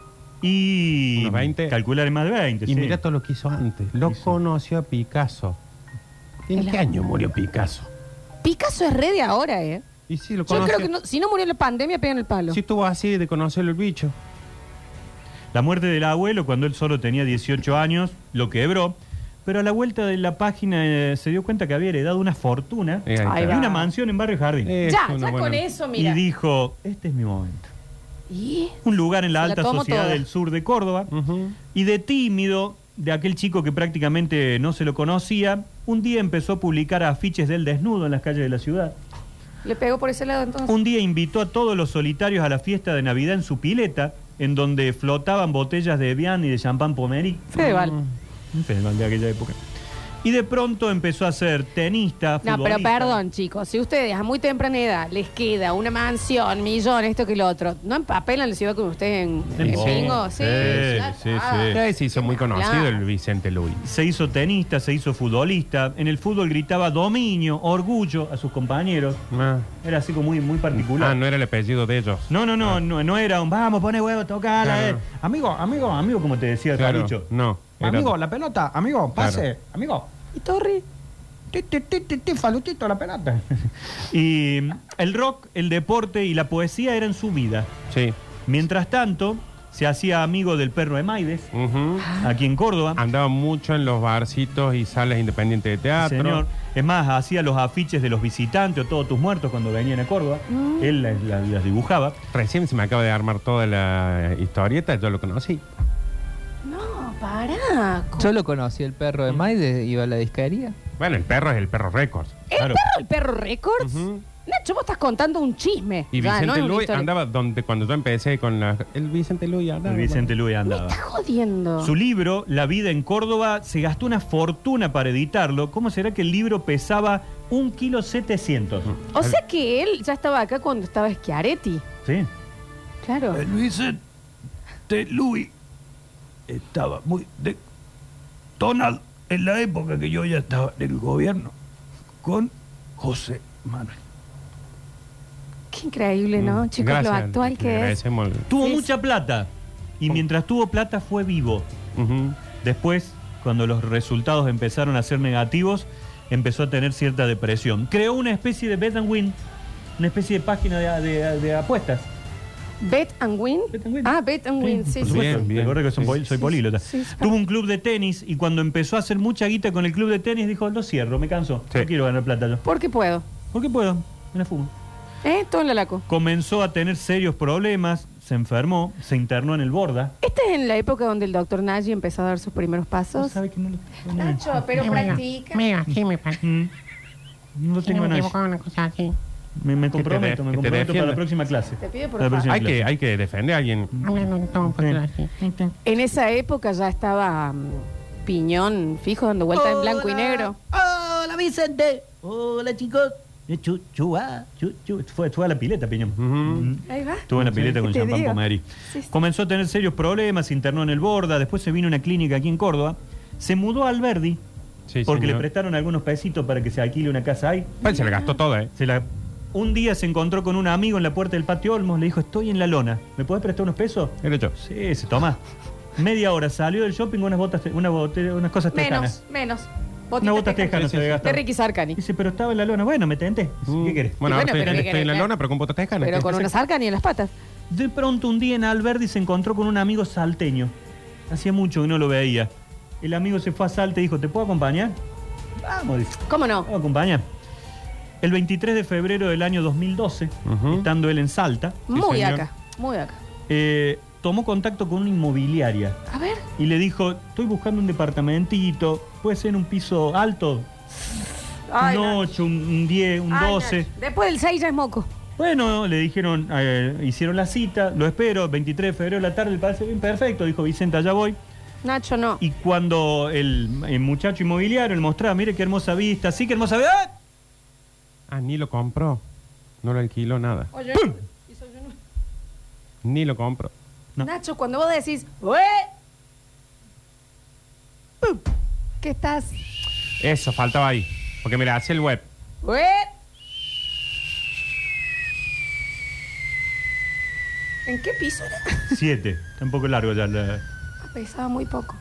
[SPEAKER 2] Y
[SPEAKER 3] Unos 20.
[SPEAKER 2] calcular más de 20.
[SPEAKER 3] Y
[SPEAKER 2] sí.
[SPEAKER 3] mira todo lo que hizo antes. Lo
[SPEAKER 2] Sí, sí.
[SPEAKER 3] conoció a Picasso. ¿En
[SPEAKER 1] El-
[SPEAKER 3] qué año murió Picasso?
[SPEAKER 1] Picasso es re de ahora, ¿eh?
[SPEAKER 3] Y sí, lo
[SPEAKER 1] Yo
[SPEAKER 3] conoció.
[SPEAKER 1] creo que no- si no murió en la pandemia, pegan el palo.
[SPEAKER 3] Sí estuvo así de conocer el bicho.
[SPEAKER 2] La muerte del abuelo, cuando él solo tenía 18 años, lo quebró. Pero a la vuelta de la página eh, se dio cuenta que había heredado una fortuna
[SPEAKER 3] Eh,
[SPEAKER 1] Ahí
[SPEAKER 2] y
[SPEAKER 1] va.
[SPEAKER 2] una mansión en Barrio Jardín.
[SPEAKER 3] Es
[SPEAKER 1] ya,
[SPEAKER 3] una
[SPEAKER 1] ya
[SPEAKER 3] buena-
[SPEAKER 1] con eso,
[SPEAKER 2] y
[SPEAKER 1] Oh, mira.
[SPEAKER 2] dijo, este es mi momento.
[SPEAKER 1] Y-
[SPEAKER 2] Un lugar en la
[SPEAKER 1] Se la
[SPEAKER 2] alta
[SPEAKER 1] tomo
[SPEAKER 2] sociedad
[SPEAKER 1] toda.
[SPEAKER 2] del sur de Córdoba.
[SPEAKER 3] Ujú.
[SPEAKER 2] Y de tímido, de aquel chico que prácticamente no se lo conocía, un día empezó a publicar afiches del desnudo en las calles de la ciudad.
[SPEAKER 1] Le pegó por ese lado entonces.
[SPEAKER 2] Un día invitó a todos los solitarios a la fiesta de Navidad en su pileta, en donde flotaban botellas de Evian y de champán Pomeri.
[SPEAKER 1] Fedeval.
[SPEAKER 2] Un festival de aquella época. Y de pronto empezó a ser tenista,
[SPEAKER 1] No, pero
[SPEAKER 2] futbolista.
[SPEAKER 1] perdón, chicos. Si ustedes a muy temprana edad les queda una mansión, millón, esto que lo otro, ¿no empapelan la ciudad como ustedes en,
[SPEAKER 2] Sí,
[SPEAKER 1] en
[SPEAKER 2] sí.
[SPEAKER 1] Pingo? ya
[SPEAKER 2] Sí, sí,
[SPEAKER 1] está.
[SPEAKER 2] sí.
[SPEAKER 3] Ya se hizo muy conocido
[SPEAKER 1] Ah, Claro.
[SPEAKER 3] el Vicente Luis.
[SPEAKER 2] Se hizo tenista, se hizo futbolista. En el fútbol gritaba dominio, orgullo a sus compañeros.
[SPEAKER 3] Ah.
[SPEAKER 2] Era así como muy, muy particular.
[SPEAKER 3] Ah, no era el apellido de ellos.
[SPEAKER 2] No, no, no, no, no era un vamos, pone huevo, toca
[SPEAKER 3] Claro.
[SPEAKER 2] Amigo, amigo, amigo, como te decía el
[SPEAKER 3] Claro,
[SPEAKER 2] Carlicho.
[SPEAKER 3] no. Era-
[SPEAKER 5] Amigo, la pelota, amigo, pase,
[SPEAKER 3] Claro.
[SPEAKER 5] amigo.
[SPEAKER 1] ¿Y Torri?
[SPEAKER 5] Ti, ti, ti, ti, ti, falutito, la pelota.
[SPEAKER 2] Y mm, el rock, el deporte y la poesía eran su vida.
[SPEAKER 3] Sí.
[SPEAKER 2] Mientras tanto, se hacía amigo del perro de Maides,
[SPEAKER 3] Ujú.
[SPEAKER 1] Ah.
[SPEAKER 2] aquí en Córdoba.
[SPEAKER 3] Andaba mucho en los barcitos y salas independientes de
[SPEAKER 5] Ah,
[SPEAKER 3] teatro.
[SPEAKER 2] Señor. Es más, hacía los afiches de los visitantes o todos tus muertos cuando venían a Córdoba.
[SPEAKER 1] Ah.
[SPEAKER 2] Él las, las- las dibujaba.
[SPEAKER 3] Recién se me acaba de armar toda la historieta, yo lo conocí.
[SPEAKER 1] No, pará. Co-
[SPEAKER 6] Yo lo conocí, el perro de Maide, iba a la disquería.
[SPEAKER 3] Bueno, el perro es el perro récord.
[SPEAKER 1] ¿El
[SPEAKER 2] Claro.
[SPEAKER 1] perro el perro Records?
[SPEAKER 3] Ujú.
[SPEAKER 1] Nacho, vos estás contando un chisme.
[SPEAKER 3] Y
[SPEAKER 1] Ya,
[SPEAKER 3] Vicente
[SPEAKER 1] no es una
[SPEAKER 3] Luis
[SPEAKER 1] historia.
[SPEAKER 3] andaba donde cuando yo empecé con la. El Vicente Luis andaba.
[SPEAKER 2] El Vicente Luis
[SPEAKER 1] Me
[SPEAKER 2] andaba.
[SPEAKER 1] estás jodiendo.
[SPEAKER 2] Su libro, La vida en Córdoba, se gastó una fortuna para editarlo. ¿Cómo será que el libro pesaba un kilo setecientos?
[SPEAKER 1] O sea que él ya estaba acá cuando estaba Schiaretti.
[SPEAKER 2] Sí.
[SPEAKER 1] Claro.
[SPEAKER 3] Eh,
[SPEAKER 7] El Vicente Luis estaba muy de Donald en la época que yo ya estaba en el gobierno con José Manuel.
[SPEAKER 1] Qué increíble, ¿no? Chicos,
[SPEAKER 3] mm, Gracias,
[SPEAKER 1] lo actual
[SPEAKER 3] le
[SPEAKER 1] que es.
[SPEAKER 3] agradecemos el-
[SPEAKER 2] Tuvo
[SPEAKER 1] Sí,
[SPEAKER 2] mucha plata. Y mientras tuvo plata fue vivo.
[SPEAKER 3] Ujú.
[SPEAKER 2] Después, cuando los resultados empezaron a ser negativos, empezó a tener cierta depresión. Creó una especie de bet and win, una especie de página de, de- de apuestas.
[SPEAKER 1] Bet and Win.
[SPEAKER 2] Bet and Win.
[SPEAKER 1] Ah, Bet and Win, sí,
[SPEAKER 2] por
[SPEAKER 1] sí.
[SPEAKER 2] supuesto.
[SPEAKER 3] Bien, bien.
[SPEAKER 2] Recuerda que son
[SPEAKER 3] Sí,
[SPEAKER 2] poli-
[SPEAKER 3] sí,
[SPEAKER 2] soy políglota.
[SPEAKER 1] sí, sí.
[SPEAKER 2] Tuvo un club de tenis y cuando empezó a hacer mucha guita con el club de tenis dijo, lo cierro, me canso,
[SPEAKER 3] Sí.
[SPEAKER 2] no quiero ganar plata yo.
[SPEAKER 1] ¿Por qué puedo?
[SPEAKER 2] ¿Por qué puedo? Me la fumo.
[SPEAKER 1] ¿Eh? Todo en la laco.
[SPEAKER 2] Comenzó a tener serios problemas, se enfermó, se internó en el Borda.
[SPEAKER 1] Esta es en la época donde el doctor Nagy empezó a dar sus primeros pasos.
[SPEAKER 2] ¿Sabe que no lo tengo? nada?
[SPEAKER 1] Nacho, pero practica.
[SPEAKER 8] Mira, sí, me parece.
[SPEAKER 2] Mm. No lo
[SPEAKER 8] Sí, no
[SPEAKER 2] tengo
[SPEAKER 8] me
[SPEAKER 2] nada.
[SPEAKER 8] equivocaba una cosa así.
[SPEAKER 2] Me, me
[SPEAKER 3] Que te
[SPEAKER 2] comprometo,
[SPEAKER 3] def-
[SPEAKER 2] me
[SPEAKER 3] que te
[SPEAKER 2] comprometo para
[SPEAKER 3] defienda.
[SPEAKER 2] la próxima clase.
[SPEAKER 1] Te pido, por
[SPEAKER 2] Para
[SPEAKER 1] favor.
[SPEAKER 2] la próxima
[SPEAKER 3] Hay que,
[SPEAKER 2] clase.
[SPEAKER 3] hay que defender a alguien.
[SPEAKER 8] Hablando de todo, pues era así.
[SPEAKER 1] En esa época ya estaba mm, piñón fijo dando vueltas en blanco y negro.
[SPEAKER 7] Hola Vicente. Hola chicos.
[SPEAKER 2] Eh,
[SPEAKER 7] Chu- chua, chu- chu-
[SPEAKER 2] ah, Fue, fue a la pileta, Piñón. Mm.
[SPEAKER 1] Ahí va.
[SPEAKER 2] Tuvo una pileta
[SPEAKER 1] Sí.
[SPEAKER 2] con
[SPEAKER 1] Te
[SPEAKER 2] champán
[SPEAKER 1] digo.
[SPEAKER 2] Pomeri.
[SPEAKER 1] Sí, sí.
[SPEAKER 2] Comenzó a tener serios problemas, se internó en el Borda, después se vino a una clínica aquí en Córdoba, se mudó a Alberdi,
[SPEAKER 3] Sí,
[SPEAKER 2] porque
[SPEAKER 3] señor.
[SPEAKER 2] le prestaron algunos pesitos para que se alquile una casa ahí.
[SPEAKER 3] Bueno, se la gastó toda, ¿eh?
[SPEAKER 2] Se la- Un día se encontró con un amigo en la puerta del patio Olmos, le dijo, estoy en la lona, ¿me podés prestar unos pesos?
[SPEAKER 3] Era yo.
[SPEAKER 2] Sí, se toma. Media hora salió del shopping con unas botas, te- una bote- unas cosas
[SPEAKER 1] Menos,
[SPEAKER 2] tejanas.
[SPEAKER 1] menos.
[SPEAKER 2] Unas botas
[SPEAKER 1] tejanas.
[SPEAKER 2] tejanas se había
[SPEAKER 1] De
[SPEAKER 2] gastado.
[SPEAKER 1] Ricky Sarkani.
[SPEAKER 2] Dice, pero estaba en la lona. Bueno, me tenté. ¿Qué querés?
[SPEAKER 3] Mm, Bueno,
[SPEAKER 1] Y bueno,
[SPEAKER 3] ahora
[SPEAKER 1] pero
[SPEAKER 3] estoy,
[SPEAKER 1] ¿qué
[SPEAKER 3] estoy en la
[SPEAKER 1] querés?
[SPEAKER 3] lona, pero con botas tejanas.
[SPEAKER 1] Pero
[SPEAKER 3] ¿Qué
[SPEAKER 1] con una
[SPEAKER 3] haces?
[SPEAKER 1] Sarkani en las patas.
[SPEAKER 2] De pronto un día en Alberdi se encontró con un amigo salteño. Hacía mucho que no lo veía. El amigo se fue a Salta y dijo, ¿te puedo acompañar? Vamos, dice.
[SPEAKER 1] ¿Cómo no?
[SPEAKER 2] Vamos, acompaña. El 23 de febrero del año 2012,
[SPEAKER 3] Ujú.
[SPEAKER 2] estando él en Salta,
[SPEAKER 1] muy
[SPEAKER 3] señor.
[SPEAKER 1] acá, muy acá.
[SPEAKER 2] eh, tomó contacto con una inmobiliaria
[SPEAKER 1] A ver,
[SPEAKER 2] y le dijo, estoy buscando un departamentito, puede ser un piso alto,
[SPEAKER 1] Ay,
[SPEAKER 2] un
[SPEAKER 1] no.
[SPEAKER 2] 8, un- un 10, un
[SPEAKER 1] Ay,
[SPEAKER 2] 12.
[SPEAKER 1] Nacho. Después del 6 ya es moco.
[SPEAKER 2] Bueno, le dijeron, eh, hicieron la cita, lo espero, 23 de febrero de la tarde, le parece bien perfecto, dijo Vicenta, ya voy.
[SPEAKER 1] Nacho no.
[SPEAKER 2] Y cuando el, el muchacho inmobiliario le mostraba, mire qué hermosa vista, sí, qué hermosa vista.
[SPEAKER 3] Ah, ni lo compró. No lo alquiló nada.
[SPEAKER 1] Oye,
[SPEAKER 3] ¡Pum! Ni lo compró.
[SPEAKER 2] No.
[SPEAKER 1] Nacho, cuando vos decís, "Ué", ¡pum! ¿Qué estás?
[SPEAKER 3] Eso, faltaba ahí. Porque mira, hace el web.
[SPEAKER 1] ¡Ué! ¿En qué piso era?
[SPEAKER 2] Siete, está un poco largo ya. la-
[SPEAKER 1] Pesaba muy poco.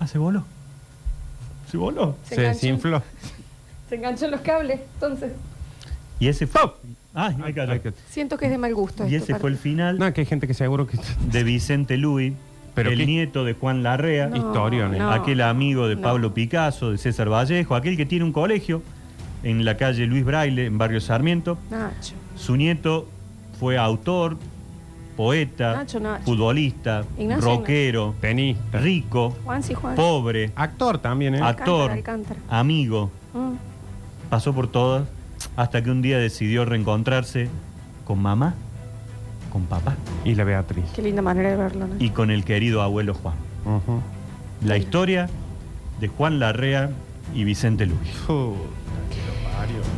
[SPEAKER 2] Ah, se voló. Se voló.
[SPEAKER 1] Se
[SPEAKER 3] Se
[SPEAKER 1] enganchó.
[SPEAKER 3] desinfló.
[SPEAKER 1] Se enganchó en los cables, entonces.
[SPEAKER 2] Y ese fue... Ah, me cayó.
[SPEAKER 3] Ay, que-
[SPEAKER 1] Siento que es de mal gusto.
[SPEAKER 2] Y
[SPEAKER 1] esto,
[SPEAKER 2] ese fue el
[SPEAKER 1] Carlos.
[SPEAKER 2] final
[SPEAKER 3] No, que hay gente que seguro que.
[SPEAKER 2] de Vicente Luis,
[SPEAKER 3] Pero
[SPEAKER 2] el
[SPEAKER 3] qué-
[SPEAKER 2] nieto de Juan Larrea.
[SPEAKER 1] No,
[SPEAKER 3] historiones.
[SPEAKER 1] no.
[SPEAKER 2] aquel amigo de
[SPEAKER 1] No.
[SPEAKER 2] Pablo Picasso, de César Vallejo, aquel que tiene un colegio en la calle Luis Braille, en Barrio Sarmiento.
[SPEAKER 1] Nacho.
[SPEAKER 2] Su nieto fue autor, poeta,
[SPEAKER 1] Nacho, Nacho.
[SPEAKER 2] futbolista,
[SPEAKER 1] Ignacio,
[SPEAKER 2] rockero,
[SPEAKER 3] Tenista.
[SPEAKER 2] rico,
[SPEAKER 1] Juan, sí, Juan.
[SPEAKER 2] pobre,
[SPEAKER 3] Actor también, ¿eh?
[SPEAKER 1] Ac-
[SPEAKER 2] actor,
[SPEAKER 1] Alcántara.
[SPEAKER 2] amigo.
[SPEAKER 1] Mm.
[SPEAKER 2] Pasó por todas hasta que un día decidió reencontrarse con mamá, con papá
[SPEAKER 3] y la Beatriz.
[SPEAKER 1] Qué linda manera de verlo, ¿no?
[SPEAKER 2] y con el querido abuelo Juan.
[SPEAKER 3] Ujú.
[SPEAKER 2] La historia de Juan Larrea y Vicente Luis.
[SPEAKER 3] Puh,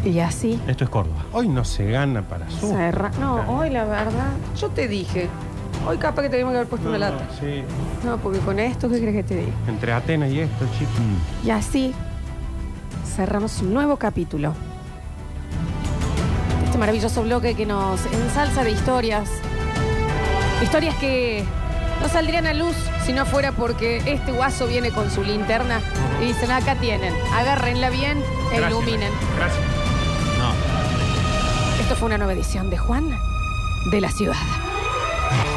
[SPEAKER 1] Y así.
[SPEAKER 2] Esto es Córdoba.
[SPEAKER 3] Hoy no se gana para su.
[SPEAKER 1] Serra- No, hoy la verdad, yo te dije. Hoy capaz que teníamos que haber puesto una lata.
[SPEAKER 3] Sí.
[SPEAKER 1] No, porque con esto, ¿qué crees que te diga?
[SPEAKER 3] Entre Atenas y esto, chicos.
[SPEAKER 1] Y así cerramos un nuevo capítulo. Este maravilloso bloque que nos ensalza de historias. Historias que no saldrían a luz si no fuera porque este guaso viene con su linterna y dicen, acá tienen, agárrenla bien e
[SPEAKER 3] Gracias,
[SPEAKER 1] iluminen.
[SPEAKER 3] Gracias.
[SPEAKER 1] Esto fue una nueva edición de Juan de la Ciudad.